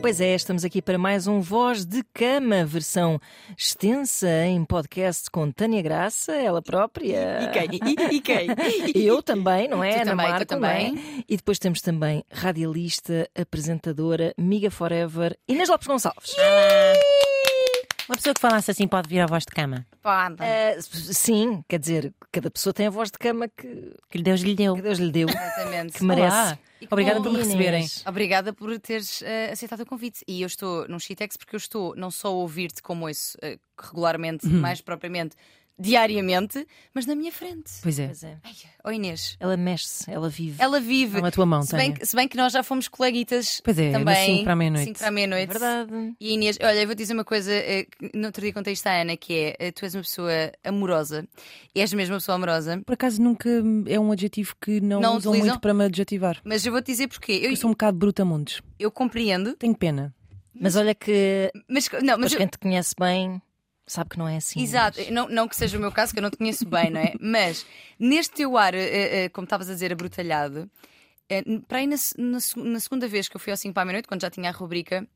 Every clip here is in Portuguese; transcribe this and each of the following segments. Pois é, estamos aqui para mais um Voz de Cama, versão extensa em podcast com Tânia Graça, ela própria. E quem? E, e quem? E eu também, não é? Tu Ana também, tu Marco, também. não é? E depois temos também radialista, apresentadora, Miga Forever, Inês Lopes Gonçalves. Uma pessoa que falasse assim pode vir à voz de cama. Pá, anda. Ah, sim, quer dizer, cada pessoa tem a voz de cama que, Que Deus lhe deu. que Deus lhe deu, que Exatamente. merece. Olá. Obrigada Bom, por me Inês. receberem. Obrigada por teres eh, aceitado o convite. E eu estou num shitex porque eu estou não só a ouvir-te como isso regularmente, mais propriamente, diariamente, mas na minha frente. Pois é. Pois é. Ai, oh Inês, Ela mexe-se, ela vive. ela vive. Não, a tua mão, se, bem É Tânia. que, se bem que nós já fomos coleguitas Pois é, também. das 5 para a meia-noite. Cinco para a É meia-noite. verdade. E Inês, olha, eu vou te dizer uma coisa eh, que no outro dia contei isto à Ana, que é eh, tu és uma pessoa amorosa, és mesmo uma pessoa amorosa, Por acaso nunca é um adjetivo que não, Não usam utilizam? muito para me adjetivar. mas eu vou te dizer porquê. Eu Eu, sou um bocado brutamundos. eu compreendo, Tenho pena. Mas olha que mas não, mas Mas eu- quem te conhece bem sabe que não é assim. Exato, mas- não, não que seja o meu caso, que eu não te conheço bem, não é? Mas neste teu ar, eh, eh, como estavas a dizer, abrutalhado, eh, n- para aí na, se- na se- na segunda vez que eu fui ao 5 para a meia-noite, quando já tinha a rubrica,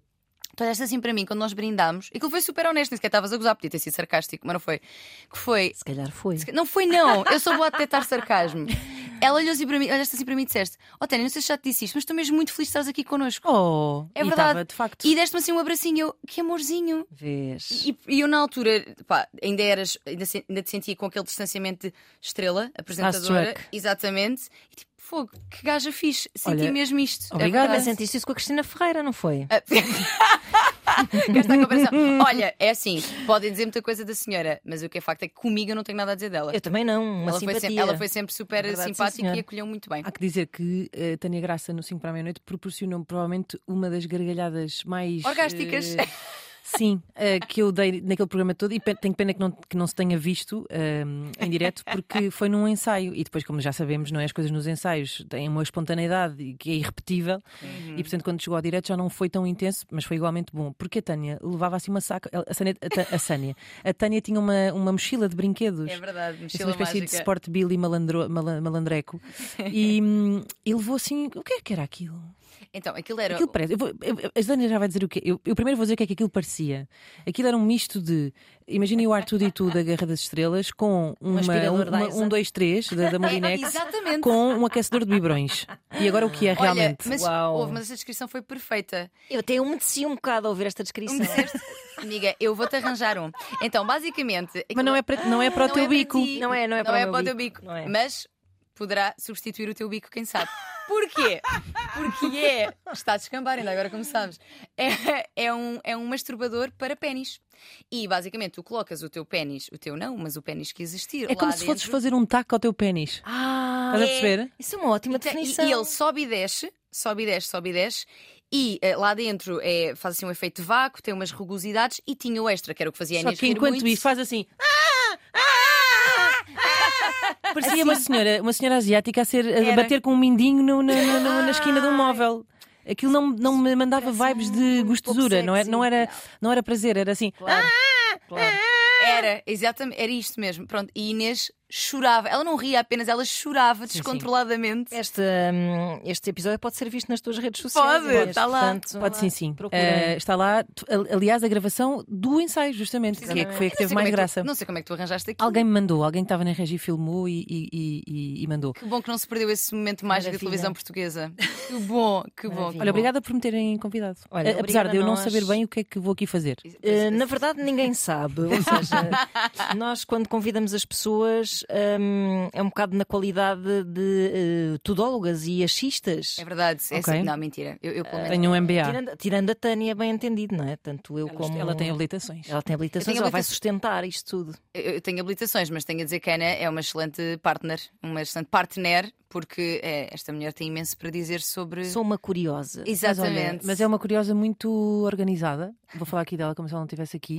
tu olhaste assim para mim, quando nós brindámos, e aquilo foi super honesto, nem sequer estavas a gozar, podia ter sido sarcástico, mas não foi. Que foi, Se calhar foi. não foi, não. Eu sou boa a detectar sarcasmo. Ela olhou assim para mim, olhaste assim para mim e disseste: Ó, Tânia, não sei se já te disse isto, mas estou mesmo muito feliz de estares aqui connosco. Oh, É e verdade. tava, de facto. E deste-me assim um abracinho, e eu, que amorzinho. Vês. E, e eu na altura, pá, ainda eras, ainda, se- ainda te sentia com aquele distanciamento de estrela, apresentadora. Starstruck. Exatamente. E tipo, fogo, que gaja fixe. Senti Olha, mesmo isto. obrigada. É Mas verdade. sentiste isso com a Cristina Ferreira, não foi? Ah, Esta comparação. Olha, é assim, podem dizer muita coisa da senhora, mas o que é facto é que comigo eu não tenho nada a dizer dela. Eu também não, uma ela, foi simpatia. sempre, ela foi sempre super É verdade, sim, simpática e senhora. acolheu muito bem. Há que dizer que eh, Tânia Graça, no 5 para a meia-noite, proporcionou-me provavelmente uma das gargalhadas mais. Orgásticas. eh, sim, eh, que eu dei naquele programa todo e pe- tenho pena que não, que não se tenha visto eh, em direto, porque foi num ensaio. E depois, como já sabemos, não é? As coisas nos ensaios têm uma espontaneidade e que é irrepetível. Uhum. E portanto, quando chegou ao direto já não foi tão intenso, mas foi igualmente bom. Porque a Tânia levava assim uma saca. A Sânia- a Ta- a Sânia. A Tânia tinha uma, uma mochila de brinquedos. É verdade, Assim, mochila uma espécie de mágica. Sport Billy malandro, mala- malandreco. E, hum, e levou assim. O que é que era aquilo? Então, aquilo era. Aquilo parece. eu vou- eu- eu- a Zânia já vai dizer o que Eu, eu primeiro vou dizer o que é que aquilo parecia. Aquilo era um misto de. Imaginem o Arthur e tudo da Guerra das Estrelas com uma, aspirador uma- Dyson. um, dois, três da, da Molinex É, exatamente. com um aquecedor de biberões. E agora o que é Olha, realmente? mas, Uau. houve, mas essa descrição foi perfeita. Eu até umedeci um bocado ao ouvir esta descrição. Amiga, eu vou-te arranjar um. Então, basicamente. Mas não é para, não é para o Não teu é para bico. ti, Não é- não é para o meu o teu bico, bico. não é. Mas poderá substituir o teu bico, quem sabe. Porquê? Porque é. Está a descambar, ainda agora como sabes. É, é um, é um masturbador para pênis. E basicamente tu colocas o teu pênis, o teu não, mas o pênis que existir. É como lá se fosses dentro. fazer um taco ao teu pênis. Ah, Estás a é. perceber? isso é uma ótima Então, e- definição. E, ele sobe e desce, sobe e desce, sobe e desce. E eh, lá dentro é, faz assim um efeito de vácuo, tem umas rugosidades e tinha o extra, que era o que fazia a Só Inês que rir enquanto muito. isso faz assim. Parecia uma, senhora, uma senhora asiática a, ser, a Era. bater com um mindinho no- no- no- no- na esquina de um móvel. Aquilo não, não me mandava vibes de gostosura, não era, não, era, não era prazer, era assim. Claro, claro. Era, exatamente, era isto mesmo. Pronto, e Inês chorava. Ela não ria apenas, ela chorava descontroladamente. É, Este, hum, este episódio pode ser visto nas tuas redes sociais. Pode, Inês, está lá. portanto, Pode sim, sim. procurem. Eh, está lá, tu- al- aliás, a gravação do ensaio, justamente, que, é que foi a que Eu não sei teve como mais é que tu- graça. não sei como é que tu arranjaste aqui. Alguém me mandou, alguém que estava na regi filmou e, e- e- e- e mandou. Que bom que não se perdeu esse momento mágico da Maravilha. televisão portuguesa. Que bom, que bom. Maravilha. Olha, obrigada por me terem convidado. Olha, Eh, Apesar obrigada de eu a não nós. saber bem o que é que vou aqui fazer. é. Eh, na verdade, ninguém sabe. Ou seja, nós, quando convidamos as pessoas, hum, é um bocado na qualidade de eh, tudólogas e achistas. É verdade, é Ok. assim- Não, mentira. Eu, eu pelo menos. Tenho um MBA. Tirando, tirando a Tânia, bem entendido, não é? Tanto eu como. Ela tem habilitações. Ela tem habilitações, Eu tenho ela vai habilita- sustentar isto tudo. Eu eu tenho habilitações, mas tenho a dizer que a Ana é uma excelente partner, uma excelente partner, porque é, esta mulher tem imenso para dizer sobre. Sou uma curiosa. Mas, olha, Exatamente. mas é uma curiosa muito organizada. Vou falar aqui dela como se ela não estivesse aqui.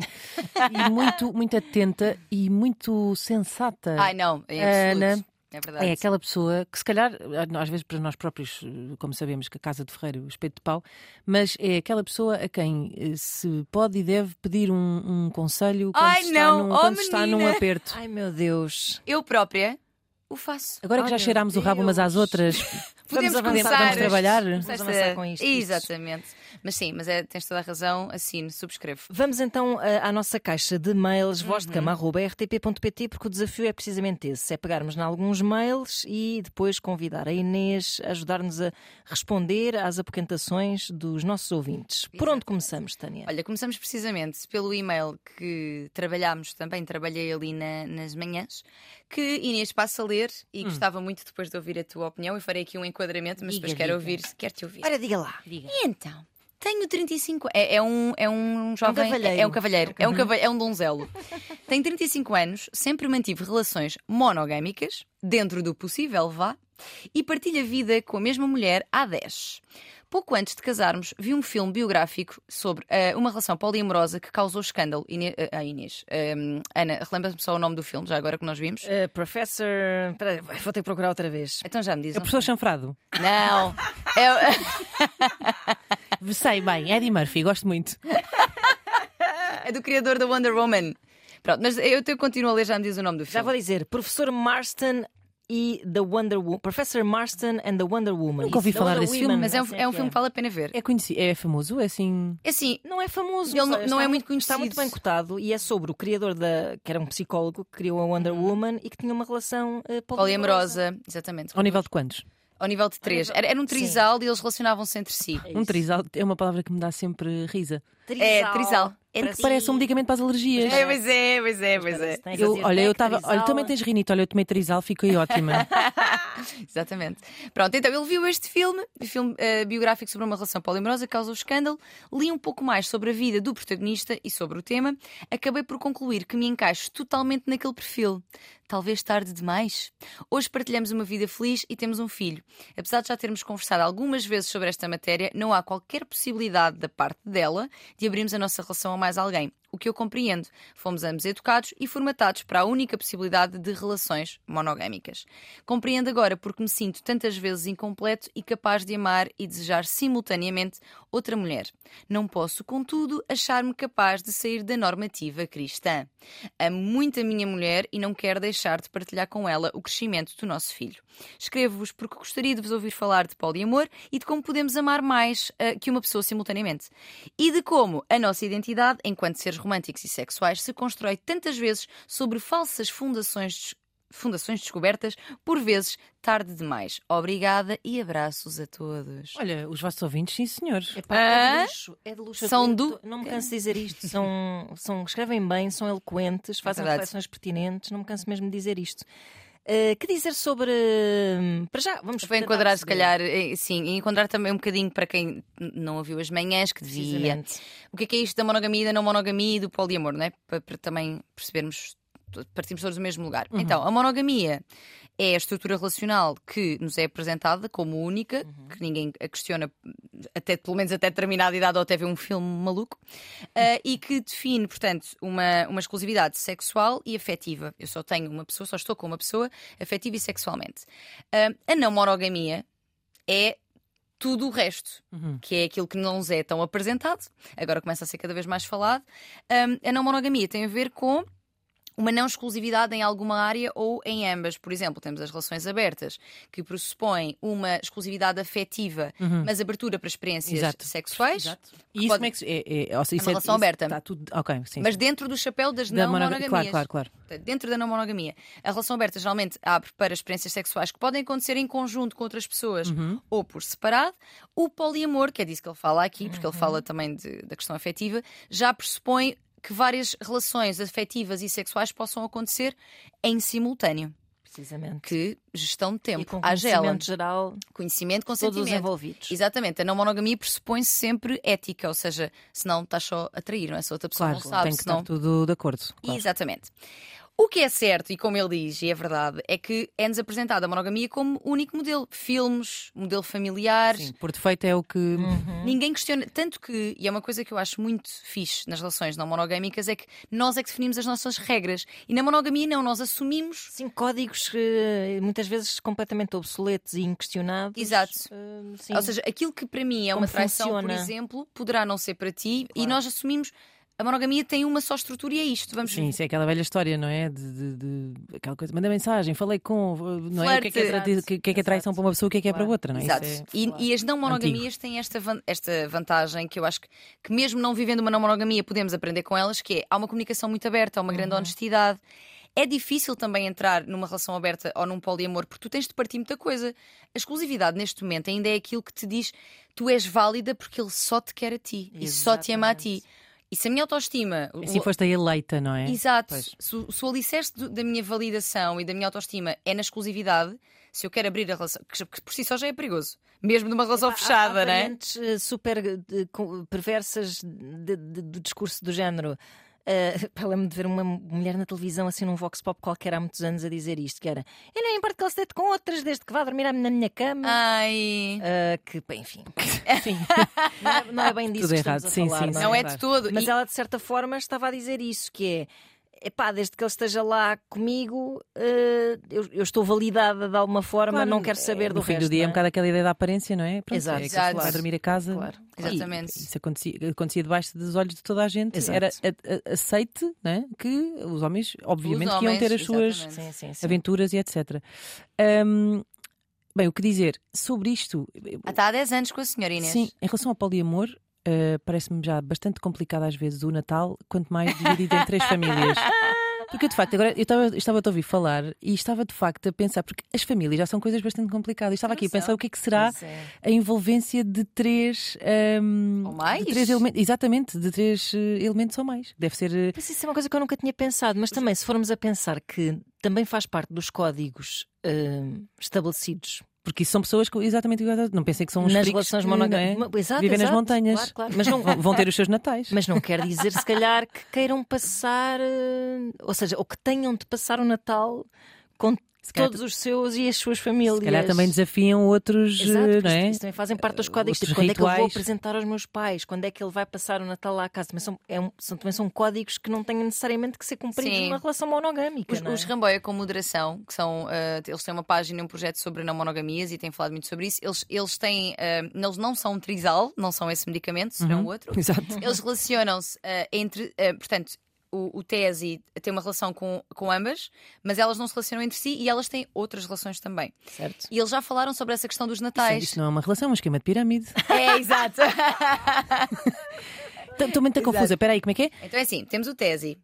e muito, muito atenta e muito sensata. Ai, não, é A absoluto. Ana é verdade. É aquela pessoa que, se calhar, às vezes para nós próprios, eh, como sabemos que a casa de ferreiro, é o espeto de pau, mas é aquela pessoa a quem eh, se pode e deve pedir um, um conselho quando, Ai, não. se está, num, Oh, quando se está num menina. aperto. Ai meu Deus. Eu própria o faço. Agora que Ai, já meu cheirámos o rabo umas às Deus. outras, Podemos avançar, começar, vamos trabalhar? Vamos Vamos esta- avançar com isto. Exatamente. Mas sim, mas é, tens toda a razão, assino, subscrevo. Vamos então eh, à nossa caixa de mails vozdecama.rtp.pt porque o desafio é precisamente esse, é pegarmos em alguns mails e depois convidar a Inês a ajudar-nos a responder às apoquentações dos nossos ouvintes. Por onde começamos, Tânia? Olha, começamos precisamente pelo e-mail que trabalhámos também, trabalhei ali na- nas manhãs, que Inês passa a ler Hum. e gostava muito depois de ouvir a tua opinião e farei aqui um enquadramento, mas Diga, depois quero diga. ouvir, quero-te ouvir. Ora, diga lá. E então? Tenho 35 é, é um é um jovem cavalheiro. é um cavalheiro é um cavalheiro é um donzelo tenho 35 anos sempre mantive relações monogâmicas dentro do possível vá e partilho a vida com a mesma mulher há 10 pouco antes de casarmos vi um filme biográfico sobre eh, uma relação poliamorosa que causou escândalo Ine, eh, ah, Inês eh, Ana relembra-me só o nome do filme já agora que nós vimos Eh, professor. Espera aí, vou ter que procurar outra vez. então já me diz É o professor chanfrado. não é, Sei bem, Eddie Murphy, gosto muito. é do criador da Wonder Woman Pronto, mas eu te continuo a ler, já me diz o nome do filme. Já vou dizer, professor Marston e The Wonder Woman. Professor Marston and the Wonder Woman. Nunca ouvi The falar Wonder desse Woman, filme. Mas é um, não sei é um que filme que vale a pena ver. É conhecido, é famoso, é assim. É assim, Não é famoso. Ele não- está não é muito Está muito conhecido. bem cotado e é sobre o criador da. que era um psicólogo que criou a Wonder Uhum. Woman e que tinha uma relação eh, poliamorosa. poliamorosa, exatamente. Ao nível de quantos? Ao nível de três. Era, era um trisal e eles relacionavam-se entre si. É Um isso. trisal é uma palavra que me dá sempre risa. É, trisal. É Que parece um medicamento para as alergias. É, pois é, pois é, pois é. Tem que Eu, dizer, olha, tem que eu estava. Olha, trisal. também tens rinite, olha, eu tomei trisal, fiquei ótima. Exatamente. Pronto, então ele viu este filme, filme eh, biográfico sobre uma relação poliamorosa que causou escândalo, li um pouco mais sobre a vida do protagonista e sobre o tema, acabei por concluir que me encaixo totalmente naquele perfil. Talvez tarde demais. Hoje partilhamos uma vida feliz e temos um filho. Apesar de já termos conversado algumas vezes sobre esta matéria, não há qualquer possibilidade da parte dela de abrirmos a nossa relação a mais alguém. O que eu compreendo. Fomos ambos educados e formatados para a única possibilidade de relações monogâmicas. Compreendo agora porque me sinto tantas vezes incompleto e capaz de amar e desejar simultaneamente outra mulher. Não posso, contudo, achar-me capaz de sair da normativa cristã. Amo muito a minha mulher e não quero deixar de partilhar com ela o crescimento do nosso filho. Escrevo-vos porque gostaria de vos ouvir falar de poliamor e de como podemos amar mais ah, que uma pessoa simultaneamente. E de como a nossa identidade, enquanto seres românticos e sexuais, se constrói tantas vezes sobre falsas fundações des- Fundações descobertas, por vezes tarde demais. Obrigada e abraços a todos. olha, os vossos ouvintes, sim, senhores. Epá, é de Hã? luxo, é de luxo. Eu São tô- do- tô- Não me canso de dizer isto. São, são, escrevem bem, são eloquentes, fazem É verdade. reflexões pertinentes. Não me canso mesmo de dizer isto. Eh, que dizer sobre. eh, para já, vamos Vou tentar enquadrar, se perceber. calhar, eh, sim, e enquadrar também um bocadinho para quem n- não ouviu as manhãs, que devia. Precisamente. O que é que é isto da monogamia e da não monogamia e do poliamor, não é? Para, para também percebermos, to- partimos todos do mesmo lugar. Então, a monogamia é a estrutura relacional que nos é apresentada como única, que ninguém a questiona, até, pelo menos até determinada idade ou até ver um filme maluco, eh, e que define, portanto, uma, uma exclusividade sexual e afetiva. Eu só tenho uma pessoa, só estou com uma pessoa afetiva e sexualmente. Ah, a não monogamia é tudo o resto, Uhum. que é aquilo que não nos é tão apresentado, agora começa a ser cada vez mais falado. Hum, a não monogamia tem a ver com uma não exclusividade em alguma área ou em ambas. Por exemplo, temos as relações abertas, que pressupõem uma exclusividade afetiva, mas abertura para experiências Uhum. Exato. sexuais, Exato. E isso pode- como é que. se- É, é, ou seja, isso uma relação isso aberta. Está tudo. Ok, sim. mas sim. dentro do chapéu das Da não monoga- monogamias. Claro, claro, claro. Portanto, Dentro da não monogamia, a relação aberta geralmente abre para experiências sexuais que podem acontecer em conjunto com outras pessoas Uhum. ou por separado. O poliamor, que é disso que ele fala aqui, porque ele Uhum. fala também de- da questão afetiva, já pressupõe que várias relações afetivas e sexuais possam acontecer em simultâneo. Precisamente. Que gestão de e com tempo, à gela. conhecimento geral de Conhecimento, todos os consentimento. envolvidos. Exatamente, a não monogamia pressupõe-se sempre ética, ou seja, senão estás só a trair, não é? Se a outra pessoa Claro, não sabe, tem que senão estar tudo de acordo. Claro. Exatamente. O que é certo, e como ele diz, e é verdade, é que é-nos apresentada a monogamia como único modelo. Filmes, modelo familiar, Sim, por defeito é o que. Hum. ninguém questiona. Tanto que, e é uma coisa que eu acho muito fixe nas relações não monogâmicas, é que nós é que definimos as nossas regras. E na monogamia, não, nós assumimos. Sim, códigos eh, muitas vezes completamente obsoletos e inquestionados. Exato. Eh, sim. Ou seja, aquilo que para mim é Como uma traição, por funciona. exemplo, poderá não ser para ti, e nós assumimos. a monogamia tem uma só estrutura e é isto. Vamos Sim, isso é aquela velha história, não é? De, de- de- aquela coisa. Manda mensagem, falei com. Não é? O que é que é, tra- Flerte. o que é que é traição para uma pessoa, o que é que é para Claro. outra, não é? Isso Exato. é- E, e as não monogamias têm esta, van- esta vantagem que eu acho que, que, mesmo não vivendo uma não monogamia, podemos aprender com elas, que é há uma comunicação muito aberta, há uma Uhum. grande honestidade. É difícil também entrar numa relação aberta ou num poliamor, porque tu tens de partir muita coisa. A exclusividade neste momento ainda é aquilo que te diz tu és válida porque ele só te quer a ti e só te ama a ti. E se a minha autoestima. o- Assim foste a eleita, não é? Exato. Pois. Se, o- se o alicerce do- da minha validação e da minha autoestima é na exclusividade, se eu quero abrir a relação, que, que por si só já é perigoso, mesmo numa relação fechada, há não é? variantes, eh, super eh, co- perversas de- de- do discurso do género. Uh, Lembro-me de ver uma mulher na televisão, assim num vox pop qualquer há muitos anos, a dizer isto: que era eu não importo que ele se deite com outras, desde que vá dormir à- na minha cama. Ai, Ah, que, bem, enfim. Enfim. não, é, não é bem disso Tudo que estamos errado. a Sim, falar. sim, não sim. não é de verdade. todo. Mas E- ela, de certa forma, estava a dizer isso: que é. Epá, desde que ele esteja lá comigo, eh, eu, eu estou validada de alguma forma, Claro, não quero saber do no fim resto. do dia é um não é? bocado aquela ideia da aparência, não é? Pronto, Exato, é que exato. vai dormir a casa. Claro, claro. Exatamente. E Isso acontecia, acontecia debaixo dos olhos de toda a gente. Exato. Era a- a- aceite não é? que os homens, obviamente, que iam homens, ter as suas exatamente. Sim, sim, sim. aventuras e etc. Hum, bem, o que dizer sobre isto? Ah, Está há 10 anos com a senhora Inês. Sim, em relação ao poliamor, eh, parece-me já bastante complicado às vezes o Natal, quanto mais dividido em três famílias. Porque eu, de facto, agora eu estava, eu estava a te ouvir falar e estava de facto a pensar, porque as famílias já são coisas bastante complicadas. Eu estava aqui a pensar o que é que será Pois é. a envolvência de três. hum, Ou mais? de três elemen- exatamente, de três eh, elementos ou mais. Deve ser. eh, Mas isso é uma coisa que eu nunca tinha pensado, mas também se formos a pensar que também faz parte dos códigos hum, estabelecidos Porque isso são pessoas que exatamente iguais. a- Não pensem que são uns nas freaks relações que, não é? monogâmicas. Exato, Vivem nas exato, montanhas. claro, claro. Mas não vão, vão ter os seus natais. Mas não quer dizer, se calhar, que queiram passar, eh, ou seja, ou que tenham de passar o Natal com se calhar, todos os seus e as suas famílias. se calhar também desafiam outros. Exato, eh, porque não isto, é? isto também fazem parte dos códigos. Outros Tipo, quando é que eu vou rituais. apresentar aos meus pais? Quando é que ele vai passar o Natal lá à casa? Mas são, é um- são- também são códigos que não têm necessariamente que ser cumpridos Sim. numa relação monogâmica. Os, não é? os Ramboia com moderação, que são, eh, eles têm uma página, um projeto sobre não monogamias e têm falado muito sobre isso. Eles, eles têm, eh, eles não são um trisal, não são esse medicamento, serão outro. Exato. Eles relacionam-se eh, entre. eh, portanto, o, o Tese tem uma relação com, com ambas, mas elas não se relacionam entre si e elas têm outras relações também. Certo. E eles já falaram sobre essa questão dos Sim, natais. Isto não é uma relação, é um esquema de pirâmide. É, exato. Tá, T- Estou muito confusa. Espera aí, como é que é? então é assim: temos o Tese.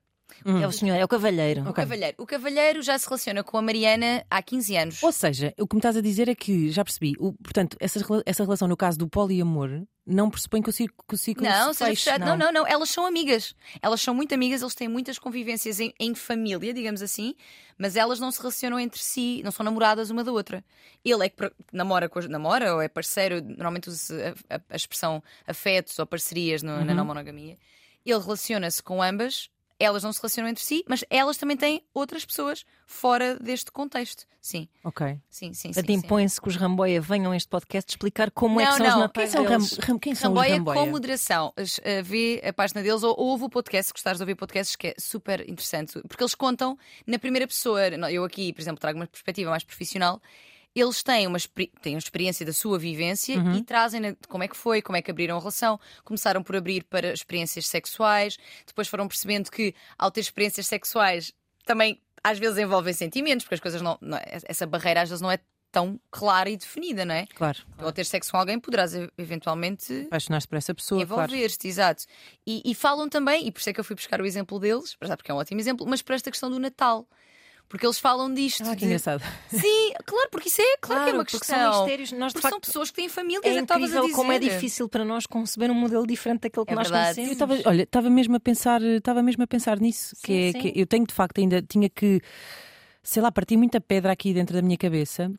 Hum. Hum. É o senhor, é o cavalheiro. O cavalheiro. O cavalheiro já se relaciona com a Mariana há 15 anos. Ou seja, o que me estás a dizer é que, já percebi, o- portanto, essa, rela- essa relação no caso do poliamor não pressupõe que o ciclo, que o ciclo Não, É se seja feche, fechado. Não. não, não, Elas são amigas. Elas são muito amigas, eles têm muitas convivências em, em família, digamos assim, mas elas não se relacionam entre si, não são namoradas uma da outra. Ele é que pro- namora, com as- namora ou é parceiro, normalmente usa a, a- a expressão afetos ou parcerias no- na não Uhum. monogamia. Ele relaciona-se com ambas, elas não se relacionam entre si, mas elas também têm outras pessoas fora deste contexto. Sim, Ok. sim, sim. sim, Portanto, sim. impõe-se que os Ramboia venham a este podcast explicar como é que Não, são os não. um natais Quem são, Então, ram, deles. ram, quem são os Ramboia é Ramboia? com moderação. Es- eh, Vê a página deles ou, ou ouve o podcast, se gostares de ouvir podcasts, que é super interessante. Porque eles contam na primeira pessoa. Não, Eu aqui, por exemplo, trago uma perspectiva mais profissional. Eles têm uma, experi- têm uma experiência da sua vivência Uhum. e trazem na- de como é que foi, como é que abriram a relação. Começaram por abrir para experiências sexuais, depois foram percebendo que, ao ter experiências sexuais, também às vezes envolvem sentimentos, porque as coisas não. não- essa barreira às vezes não é tão clara e definida, não é? Claro. Ao ter sexo com alguém, poderás e- eventualmente Apaixonaste por essa pessoa, claro. Envolver-te, exato. E, e falam também, e por isso é que eu fui buscar o exemplo deles, para já porque é um ótimo exemplo, mas para esta questão do Natal. Porque eles falam disto. Ah, que de- engraçado. Sim, claro, porque isso é, claro, que é uma porque questão. são mistérios. Nós, de Porque são facto, pessoas que têm famílias, é é estavas a incrível dizer. como é difícil para nós conceber um modelo diferente daquele que É nós verdade. conhecemos. Eu estava, olha, estava mesmo a pensar, estava mesmo a pensar nisso, que, é, sim. que eu tenho de facto ainda tinha que, sei lá, partir muita pedra aqui dentro da minha cabeça.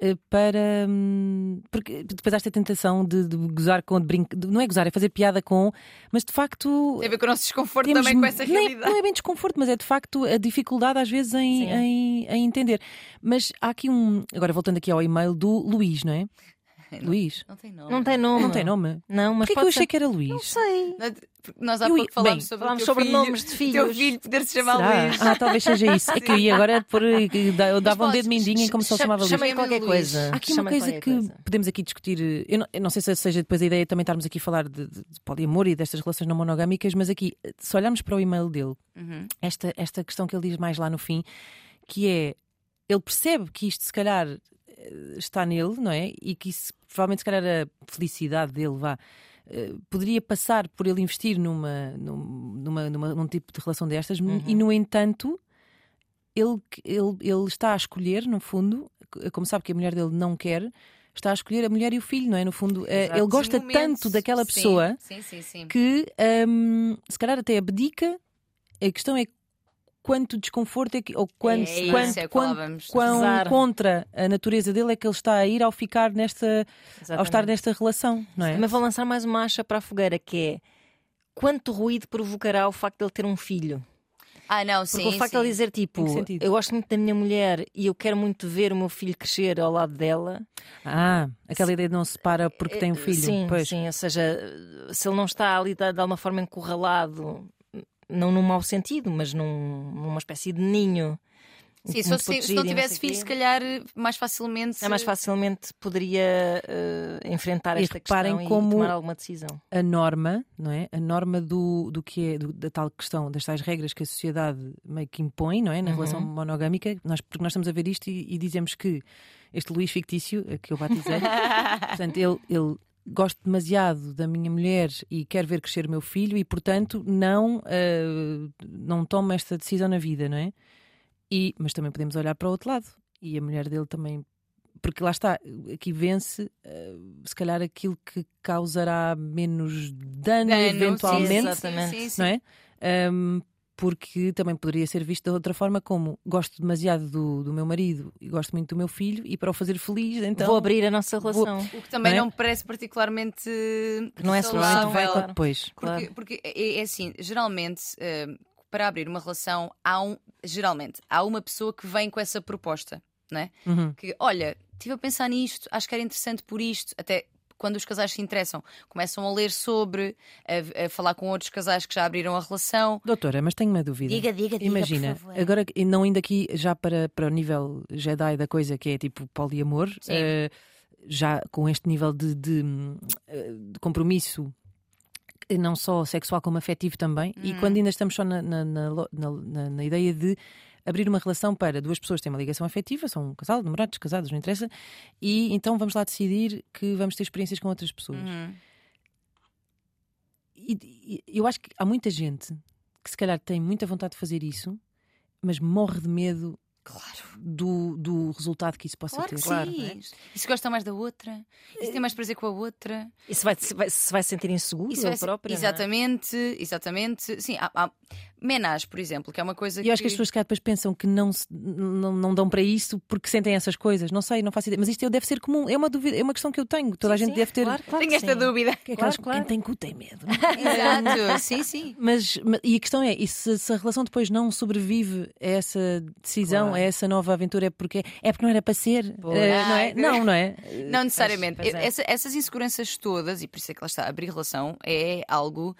eh, Para. hum, Porque depois há esta tentação de, de gozar com. De brinca, de- não é gozar, é fazer piada com. Mas de facto. Tem a ver com o nosso desconforto temos- também com essa não é- realidade. Não é bem desconforto, mas é de facto a dificuldade às vezes em, Sim. em, em entender. Mas há aqui um. Agora voltando aqui ao e-mail do Luís, não é? Luís? Não tem nome. Não tem nome. Não tem nome? Não, mas Porquê que eu pode achei ser... que era Não Luís? sei. Porque Nós há Eu- pouco falámos bem, sobre falámos o teu sobre filho, nomes de O teu filhos. filho poder se chamar Será? Luís. Ah, talvez seja isso. É que eu ia agora pôr, que dá- eu dava um Mas dedo podes- mindinho em como se ele Cha- chamava Luís. Chamei Luís. qualquer coisa. Há aqui uma Chamei coisa qualquer que podemos aqui discutir. eh, Eu não, eu não sei se seja depois a ideia também estarmos aqui a falar de, de- de poliamor e destas relações não monogâmicas, mas aqui, eh, se olharmos para o e-mail dele, Uhum. esta, esta questão que ele diz mais lá no fim, que é ele percebe que isto se calhar eh, está nele, não é? E que isso, provavelmente se calhar a felicidade dele vá. eh, Poderia passar por ele investir numa, num- numa, numa- num tipo de relação destas, Uhum. e no entanto, ele, que- ele, ele está a escolher, no fundo, c- como sabe que a mulher dele não quer, está a escolher a mulher e o filho, não é? No fundo, eh, Exato. ele gosta Os momentos, tanto daquela sim, pessoa Sim, sim, sim. que hum, se calhar até abdica. A questão é quanto desconforto é que, ou quanto, é isso, quanto, é o que lá quanto vamos. quão Pesar. contra a natureza dele é que ele está a ir ao ficar nesta, ao Exatamente. estar nesta relação, não é? Mas vou lançar mais uma acha para a fogueira que é quanto ruído provocará o facto de ele ter um filho? Ah, não, sim. Porque o facto de ele sim. dizer tipo, Em que sentido? eu gosto muito da minha mulher e eu quero muito ver o meu filho crescer ao lado dela. Ah, aquela ideia de não se para porque tem um filho. É, Sim, pois. sim, ou seja, se ele não está ali de, de alguma forma encurralado, não num mau sentido, mas num- numa espécie de ninho. Sim, se, muito fosse- se um protegido não e tivesse sei quê, filhos, se calhar mais facilmente. é mais facilmente poderia eh, enfrentar E esta reparem questão como- e tomar alguma decisão. a norma, não é? A norma do, do que é do- da tal questão, das tais regras que a sociedade meio que impõe, não é? Na relação Uhum. monogâmica, nós, porque nós estamos a ver isto e, e dizemos que este Luís fictício, eh, que eu batizei, portanto, ele, ele gosta demasiado da minha mulher e quer ver crescer o meu filho e, portanto, não, eh, não toma esta decisão na vida, não é? E, mas também podemos olhar para o outro lado e a mulher dele também. Porque lá está, aqui vence eh, se calhar aquilo que causará menos Dano, dano, sim, eventualmente, exato. Sim, sim, sim. não é? Ahm, porque também poderia ser visto de outra forma, como gosto demasiado do, do meu marido e gosto muito do meu filho, e para o fazer feliz, então. Vou abrir a nossa vou- relação. O que também Não é? não, me parece particularmente. não é saudável. saudável. Vai claro. depois. Porque, porque é, é assim, geralmente, eh, para abrir uma relação, há um, geralmente, há uma pessoa que vem com essa proposta, não é? Uhum. Que, olha, estive a pensar nisto, acho que era interessante por isto, até. Quando os casais se interessam, começam a ler sobre, a, a falar com outros casais que já abriram a relação. Doutora, mas tenho uma dúvida. Diga, diga, diga. Imagina, por favor. agora que- não indo aqui já para, para o nível Jedi da coisa que é tipo poliamor, Sim. eh, já com este nível de, de, hum, eh, de compromisso, eh, não só sexual como afetivo também, e Uhum. quando ainda estamos só na, na, na lo- na- na- na ideia de abrir uma relação para duas pessoas que têm uma ligação afetiva, são um casal, namorados, casados, não interessa, e então vamos lá decidir que vamos ter experiências com outras pessoas. Uhum. E, e eu acho que há muita gente que se calhar tem muita vontade de fazer isso, mas morre de medo do, do resultado que isso possa Claro ter. que sim. E se gosta mais da outra? E se tem mais prazer com a outra? E se vai, se vai, se vai sentir inseguro Isso assim, ele próprio? não é? exatamente, exatamente. Sim, há, há... menage, por exemplo, que é uma coisa E eu acho que as pessoas se calhar depois pensam que não, se- não, não dão para isso porque sentem essas coisas. Não sei, não faço ideia. Mas isto deve ser comum. É uma dúvida, é uma questão que eu tenho. Toda a Sim, gente sim, deve ter. Claro, claro Tenho que esta sim. dúvida. Que é Claro, aquelas- claro. Quem tem cu tem medo. é? Exato, sim, sim. Mas, mas- e a questão é, e se, se a relação depois não sobrevive a essa decisão, Claro. a essa nova aventura, é porque, é porque não era para ser? Pois. Eh, não, é? Ai, não, não é? Não necessariamente. pois é. Essa- essas inseguranças todas, e por isso é que lá está, abrir relação é algo,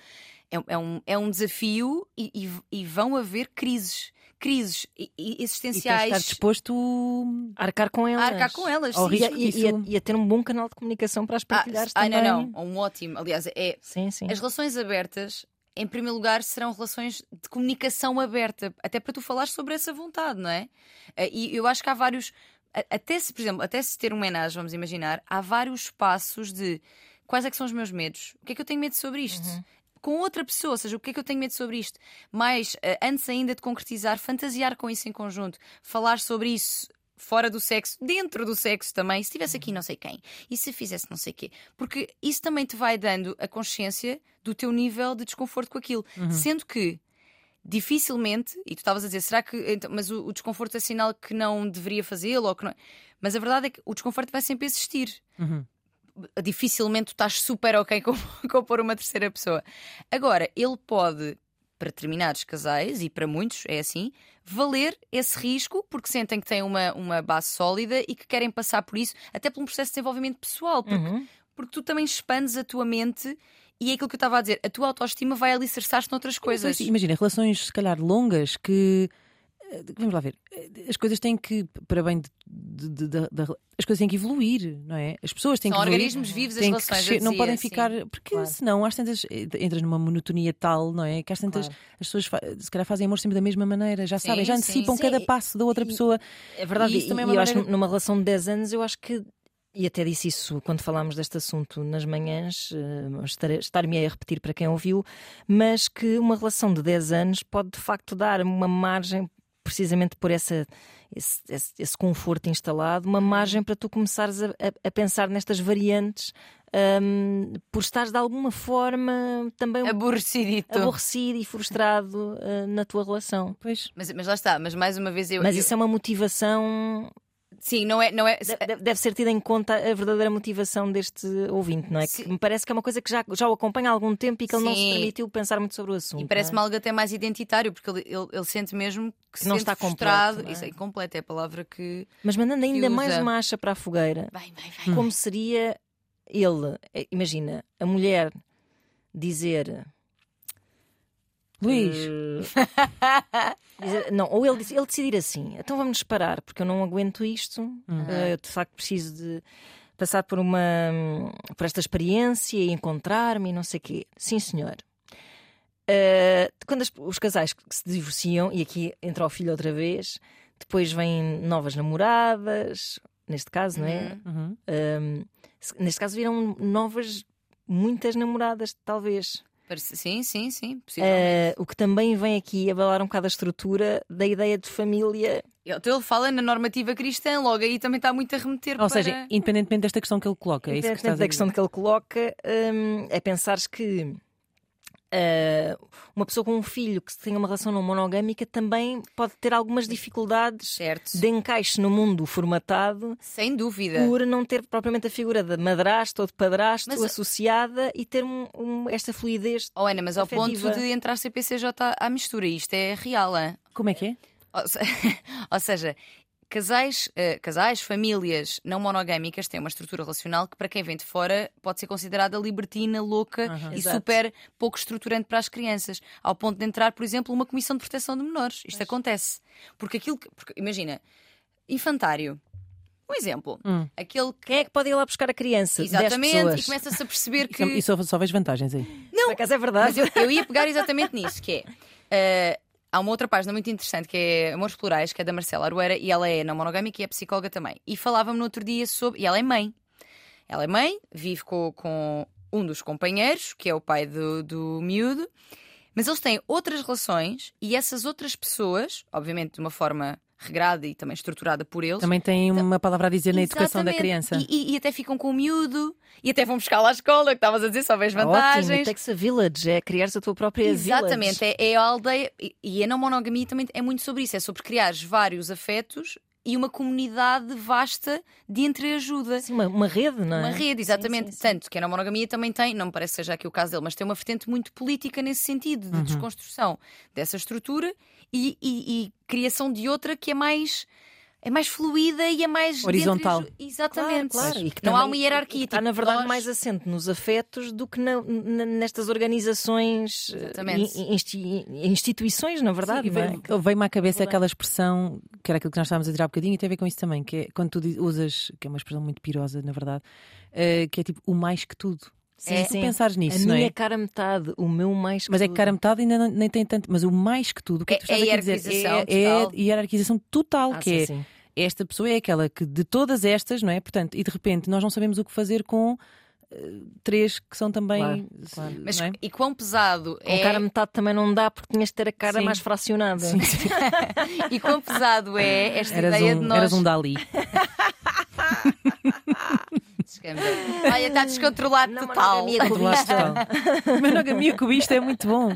é, um- é um, é um desafio e, e- e vão haver crises. Crises e- e E tens de estar existenciais disposto Arcar com elas. a arcar com elas. Ao sim. E, risco. a- e- e a- Isso- e a ter um bom canal de comunicação para as Ah, partilhares ai, também. não, não. Um ótimo. Aliás, é, Sim, sim. As relações abertas, em primeiro lugar, serão relações de comunicação aberta, até para tu falar sobre essa vontade, não é? Eh, E eu acho que há vários. a- Até se, por exemplo, até se ter um homenagem, vamos imaginar, há vários passos de quais é que são os meus medos? O que é que eu tenho medo sobre isto? Com outra pessoa, ou seja, o que é que eu tenho medo sobre isto? Mas eh, antes ainda de concretizar, fantasiar com isso em conjunto, falar sobre isso fora do sexo, dentro do sexo também, se estivesse aqui não sei quem, e se fizesse não sei quê. Porque isso também te vai dando a consciência do teu nível de desconforto com aquilo. Sendo que dificilmente, e tu estavas a dizer, será que. então, mas o, o desconforto é sinal que não deveria fazê-lo? ou que não- Mas a verdade é que o desconforto vai sempre existir. Dificilmente tu estás super ok com, com pôr uma terceira pessoa. Agora, ele pode para determinados casais, e para muitos é assim, valer esse risco porque sentem que têm uma, uma base sólida e que querem passar por isso, até por um processo de desenvolvimento pessoal, porque, Uhum. porque tu também expandes a tua mente e é aquilo que eu estava a dizer, a tua autoestima vai alicerçar-se noutras coisas. Pois, assim. Imagina, relações se calhar longas que. eh, Vamos lá ver. eh, As coisas têm que, para bem de- de- de- da- da- as coisas têm que evoluir, não é? As pessoas têm São que evoluir. organismos vivos, as têm que relações. é eu crescer, não dizia, podem sim. ficar. Porque claro. senão, às tantas, eh, entras numa monotonia tal, não é? Que às tantas, Claro. as pessoas fa- se calhar fazem amor sempre da mesma maneira, já Sim, sabem, já sim, antecipam sim. cada passo da outra E- pessoa. É verdade, E e, isso também é e uma eu acho que maneira- numa relação de 10 anos, eu acho que, e até disse isso quando falámos deste assunto nas manhãs, eh, estar- estar-me a repetir para quem ouviu, mas que uma relação de 10 anos pode de facto dar uma margem. Precisamente por essa, esse, esse- esse conforto instalado, Uhum. uma margem para tu começares a, a- a pensar nestas variantes, hum, por estares de alguma forma também um Aborrecidito. aborrecido e frustrado eh, na tua relação. Pois. Mas, mas lá está, mas mais uma vez eu. Mas eu- isso é uma motivação Sim, não é. Não é De- de- Deve ser tida em conta a verdadeira motivação deste ouvinte, não é? Sim. Que me parece que é uma coisa que já, já o acompanha há algum tempo e que ele não se Sim. permitiu pensar muito sobre o assunto. E parece-me não é? algo até mais identitário, porque ele, ele, ele sente mesmo que, se não sente está completo, frustrado. não é? Isso é incompleto, é a palavra que. Mas mandando ainda usa. mais marcha para a fogueira, Vai, vai, vai. como seria ele? Eh, Imagina, a mulher dizer. Luís, dizer- não, ou ele, dec- ele decidir assim, então vamos parar, porque eu não aguento isto, eh, eu de facto preciso de passar por uma hum, por esta experiência e encontrar-me e não sei quê. Sim, senhor. Eh, quando as- os casais que se divorciam, e aqui entra o filho outra vez, depois vêm novas namoradas, neste caso, não é? Uhum. uhum, Ehm, se- neste caso viram novas, muitas namoradas, talvez. Parece- Sim, sim, sim. Eh, Possivelmente. o que também vem aqui abalar um bocado a estrutura da ideia de família. Ele- Então ele fala na normativa cristã, logo aí também está muito a remeter Eh, para. ou seja, independentemente desta questão que ele coloca, é isso que Independentemente estás a da questão dizer. que ele coloca, hum, é pensares que ah, uma pessoa com um filho que tenha uma relação não monogâmica também pode ter algumas dificuldades certo. de encaixe no mundo formatado Sem dúvida. por não ter propriamente a figura de madrasto ou de padrasto Mas- associada e ter um- um- esta fluidez. Oh, Ana, mas ao Afetiva. ponto de entrar CPCJ à mistura, isto é real, hein? Como é que é? Ou se- ou seja, casais, eh, casais, famílias não monogâmicas têm uma estrutura relacional que, para quem vem de fora, pode ser considerada libertina, louca Aham. e Exato. super pouco estruturante para as crianças. Ao ponto de entrar, por exemplo, uma comissão de proteção de menores. Isto acontece. Porque aquilo que. porque, imagina, infantário. Um exemplo. Hum. Aquele que. Quem é que pode ir lá buscar a criança? Dez Exatamente, e pessoas. começa-se a perceber que. E é só, só vês vantagens aí. Por acaso é Mas verdade. eu, eu ia pegar exatamente nisso, que é. eh, há uma outra página muito interessante que é Amores Plurais, que é da Marcela Aruera, e ela é não monogâmica e é psicóloga também. E falava-me no outro dia sobre. E ela é mãe. Ela é mãe, vive com, com um dos companheiros, que é o pai do, do miúdo, mas eles têm outras relações e essas outras pessoas, obviamente de uma forma regrada e também estruturada por eles. Também tem uma palavra a dizer na educação da Exatamente. criança. E, e- e até ficam com o miúdo, e até vão buscar lá à escola, que estavas a dizer, só Tá vês é vantagens. então Ótimo, Texas Village, é criar a tua própria Exatamente, village. é, é a aldeia e- e a não monogamia também é muito sobre isso, é sobre criares vários afetos e uma comunidade vasta de entreajuda. Sim, uma, uma rede, não é? Uma rede, exatamente. Sim, sim, sim. Tanto que a não monogamia também tem, não me parece que seja aqui o caso dele, mas tem uma vertente muito política nesse sentido, de Uhum. desconstrução dessa estrutura e, e- e criação de outra que é mais. É mais fluida e é mais. de Horizontal. entreaju- Exatamente. Claro, claro. E que Não há também- uma hierarquia. Está, tipo, na verdade, nós- mais assente nos afetos do que na- n- nestas organizações, eh, Exatamente. in- insti- instituições, na verdade. Sim, não é? veio- Veio-me à cabeça Verdade. aquela expressão que era aquilo que nós estávamos a dizer há bocadinho e tem a ver com isso também, que é quando tu di- usas, que é uma expressão muito pirosa, na verdade, eh, que é tipo o mais que tudo. Sim, Se sim. tu pensares nisso, a não minha é? cara metade, o meu mais. Mas é que tudo. cara metade ainda não- nem tem tanto, mas o mais que tudo, o que é que tu É- é estás aqui a dizer? hierarquização É, é total. hierarquização total, Ah, que sim, é sim. esta pessoa é aquela que de todas estas, não é? Portanto, e de repente nós não sabemos o que fazer com eh, três que são também. Claro, se- claro. não Mas é? e quão pesado Com é. cara metade também não dá porque tinhas de ter a cara Sim. mais fracionada. Sim, sim. E quão pesado é esta um, Eras, ideia um, de nós. eras um Dali. câmara. assim. Olha, está descontrolado Não, total. monogamia cubista. Monogamia cubista é muito bom.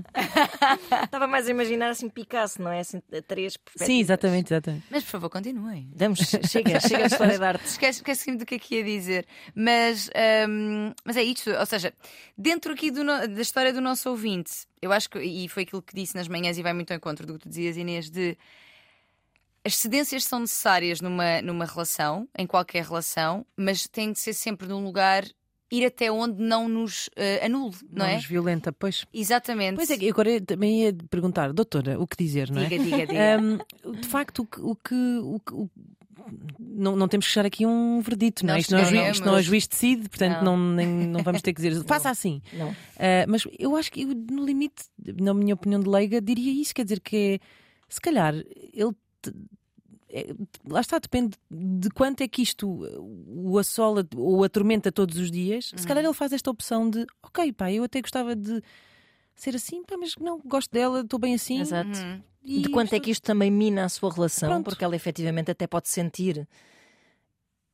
Estava mais a imaginar assim Picasso, não é? Assim, três perspectivas. Sim, exatamente, exatamente. Mas por favor, continuem. Damos, chega, chega a história da arte. Esquece- Esqueci-me do que é que ia dizer. Mas, hum, mas é isto, ou seja, dentro aqui do no- da história do nosso ouvinte, eu acho que, e foi aquilo que disse nas manhãs e vai muito ao encontro do que tu dizias, Inês, de as cedências são necessárias numa, numa relação, em qualquer relação, mas tem de ser sempre num lugar, ir até onde não nos eh, anule, não, é? Mas violenta, pois. Exatamente. Pois é, que eu agora também ia perguntar, doutora, o que dizer, não é? Diga, diga, diga. Ahm, de facto, o que. O que, o que- o- não, não temos que chegar aqui a um verdito, não é? Nós Isto não é, o juiz, queremos. isto não é o juiz que decide, portanto Não. não, nem- não vamos ter que dizer faça assim. Não. Ah, mas eu acho que, eu, no limite, na minha opinião de leiga, diria isso: quer dizer, que é se calhar ele. te- é- lá está, depende de quanto é que isto o assola ou o atormenta todos os dias. Se Uhum. calhar ele faz esta opção de: ok, pá, eu até gostava de ser assim, pá, mas não gosto dela, estou bem assim. Exato. Uhum. e de quanto é estou- que isto também mina a sua relação, Pronto. porque ela efetivamente até pode sentir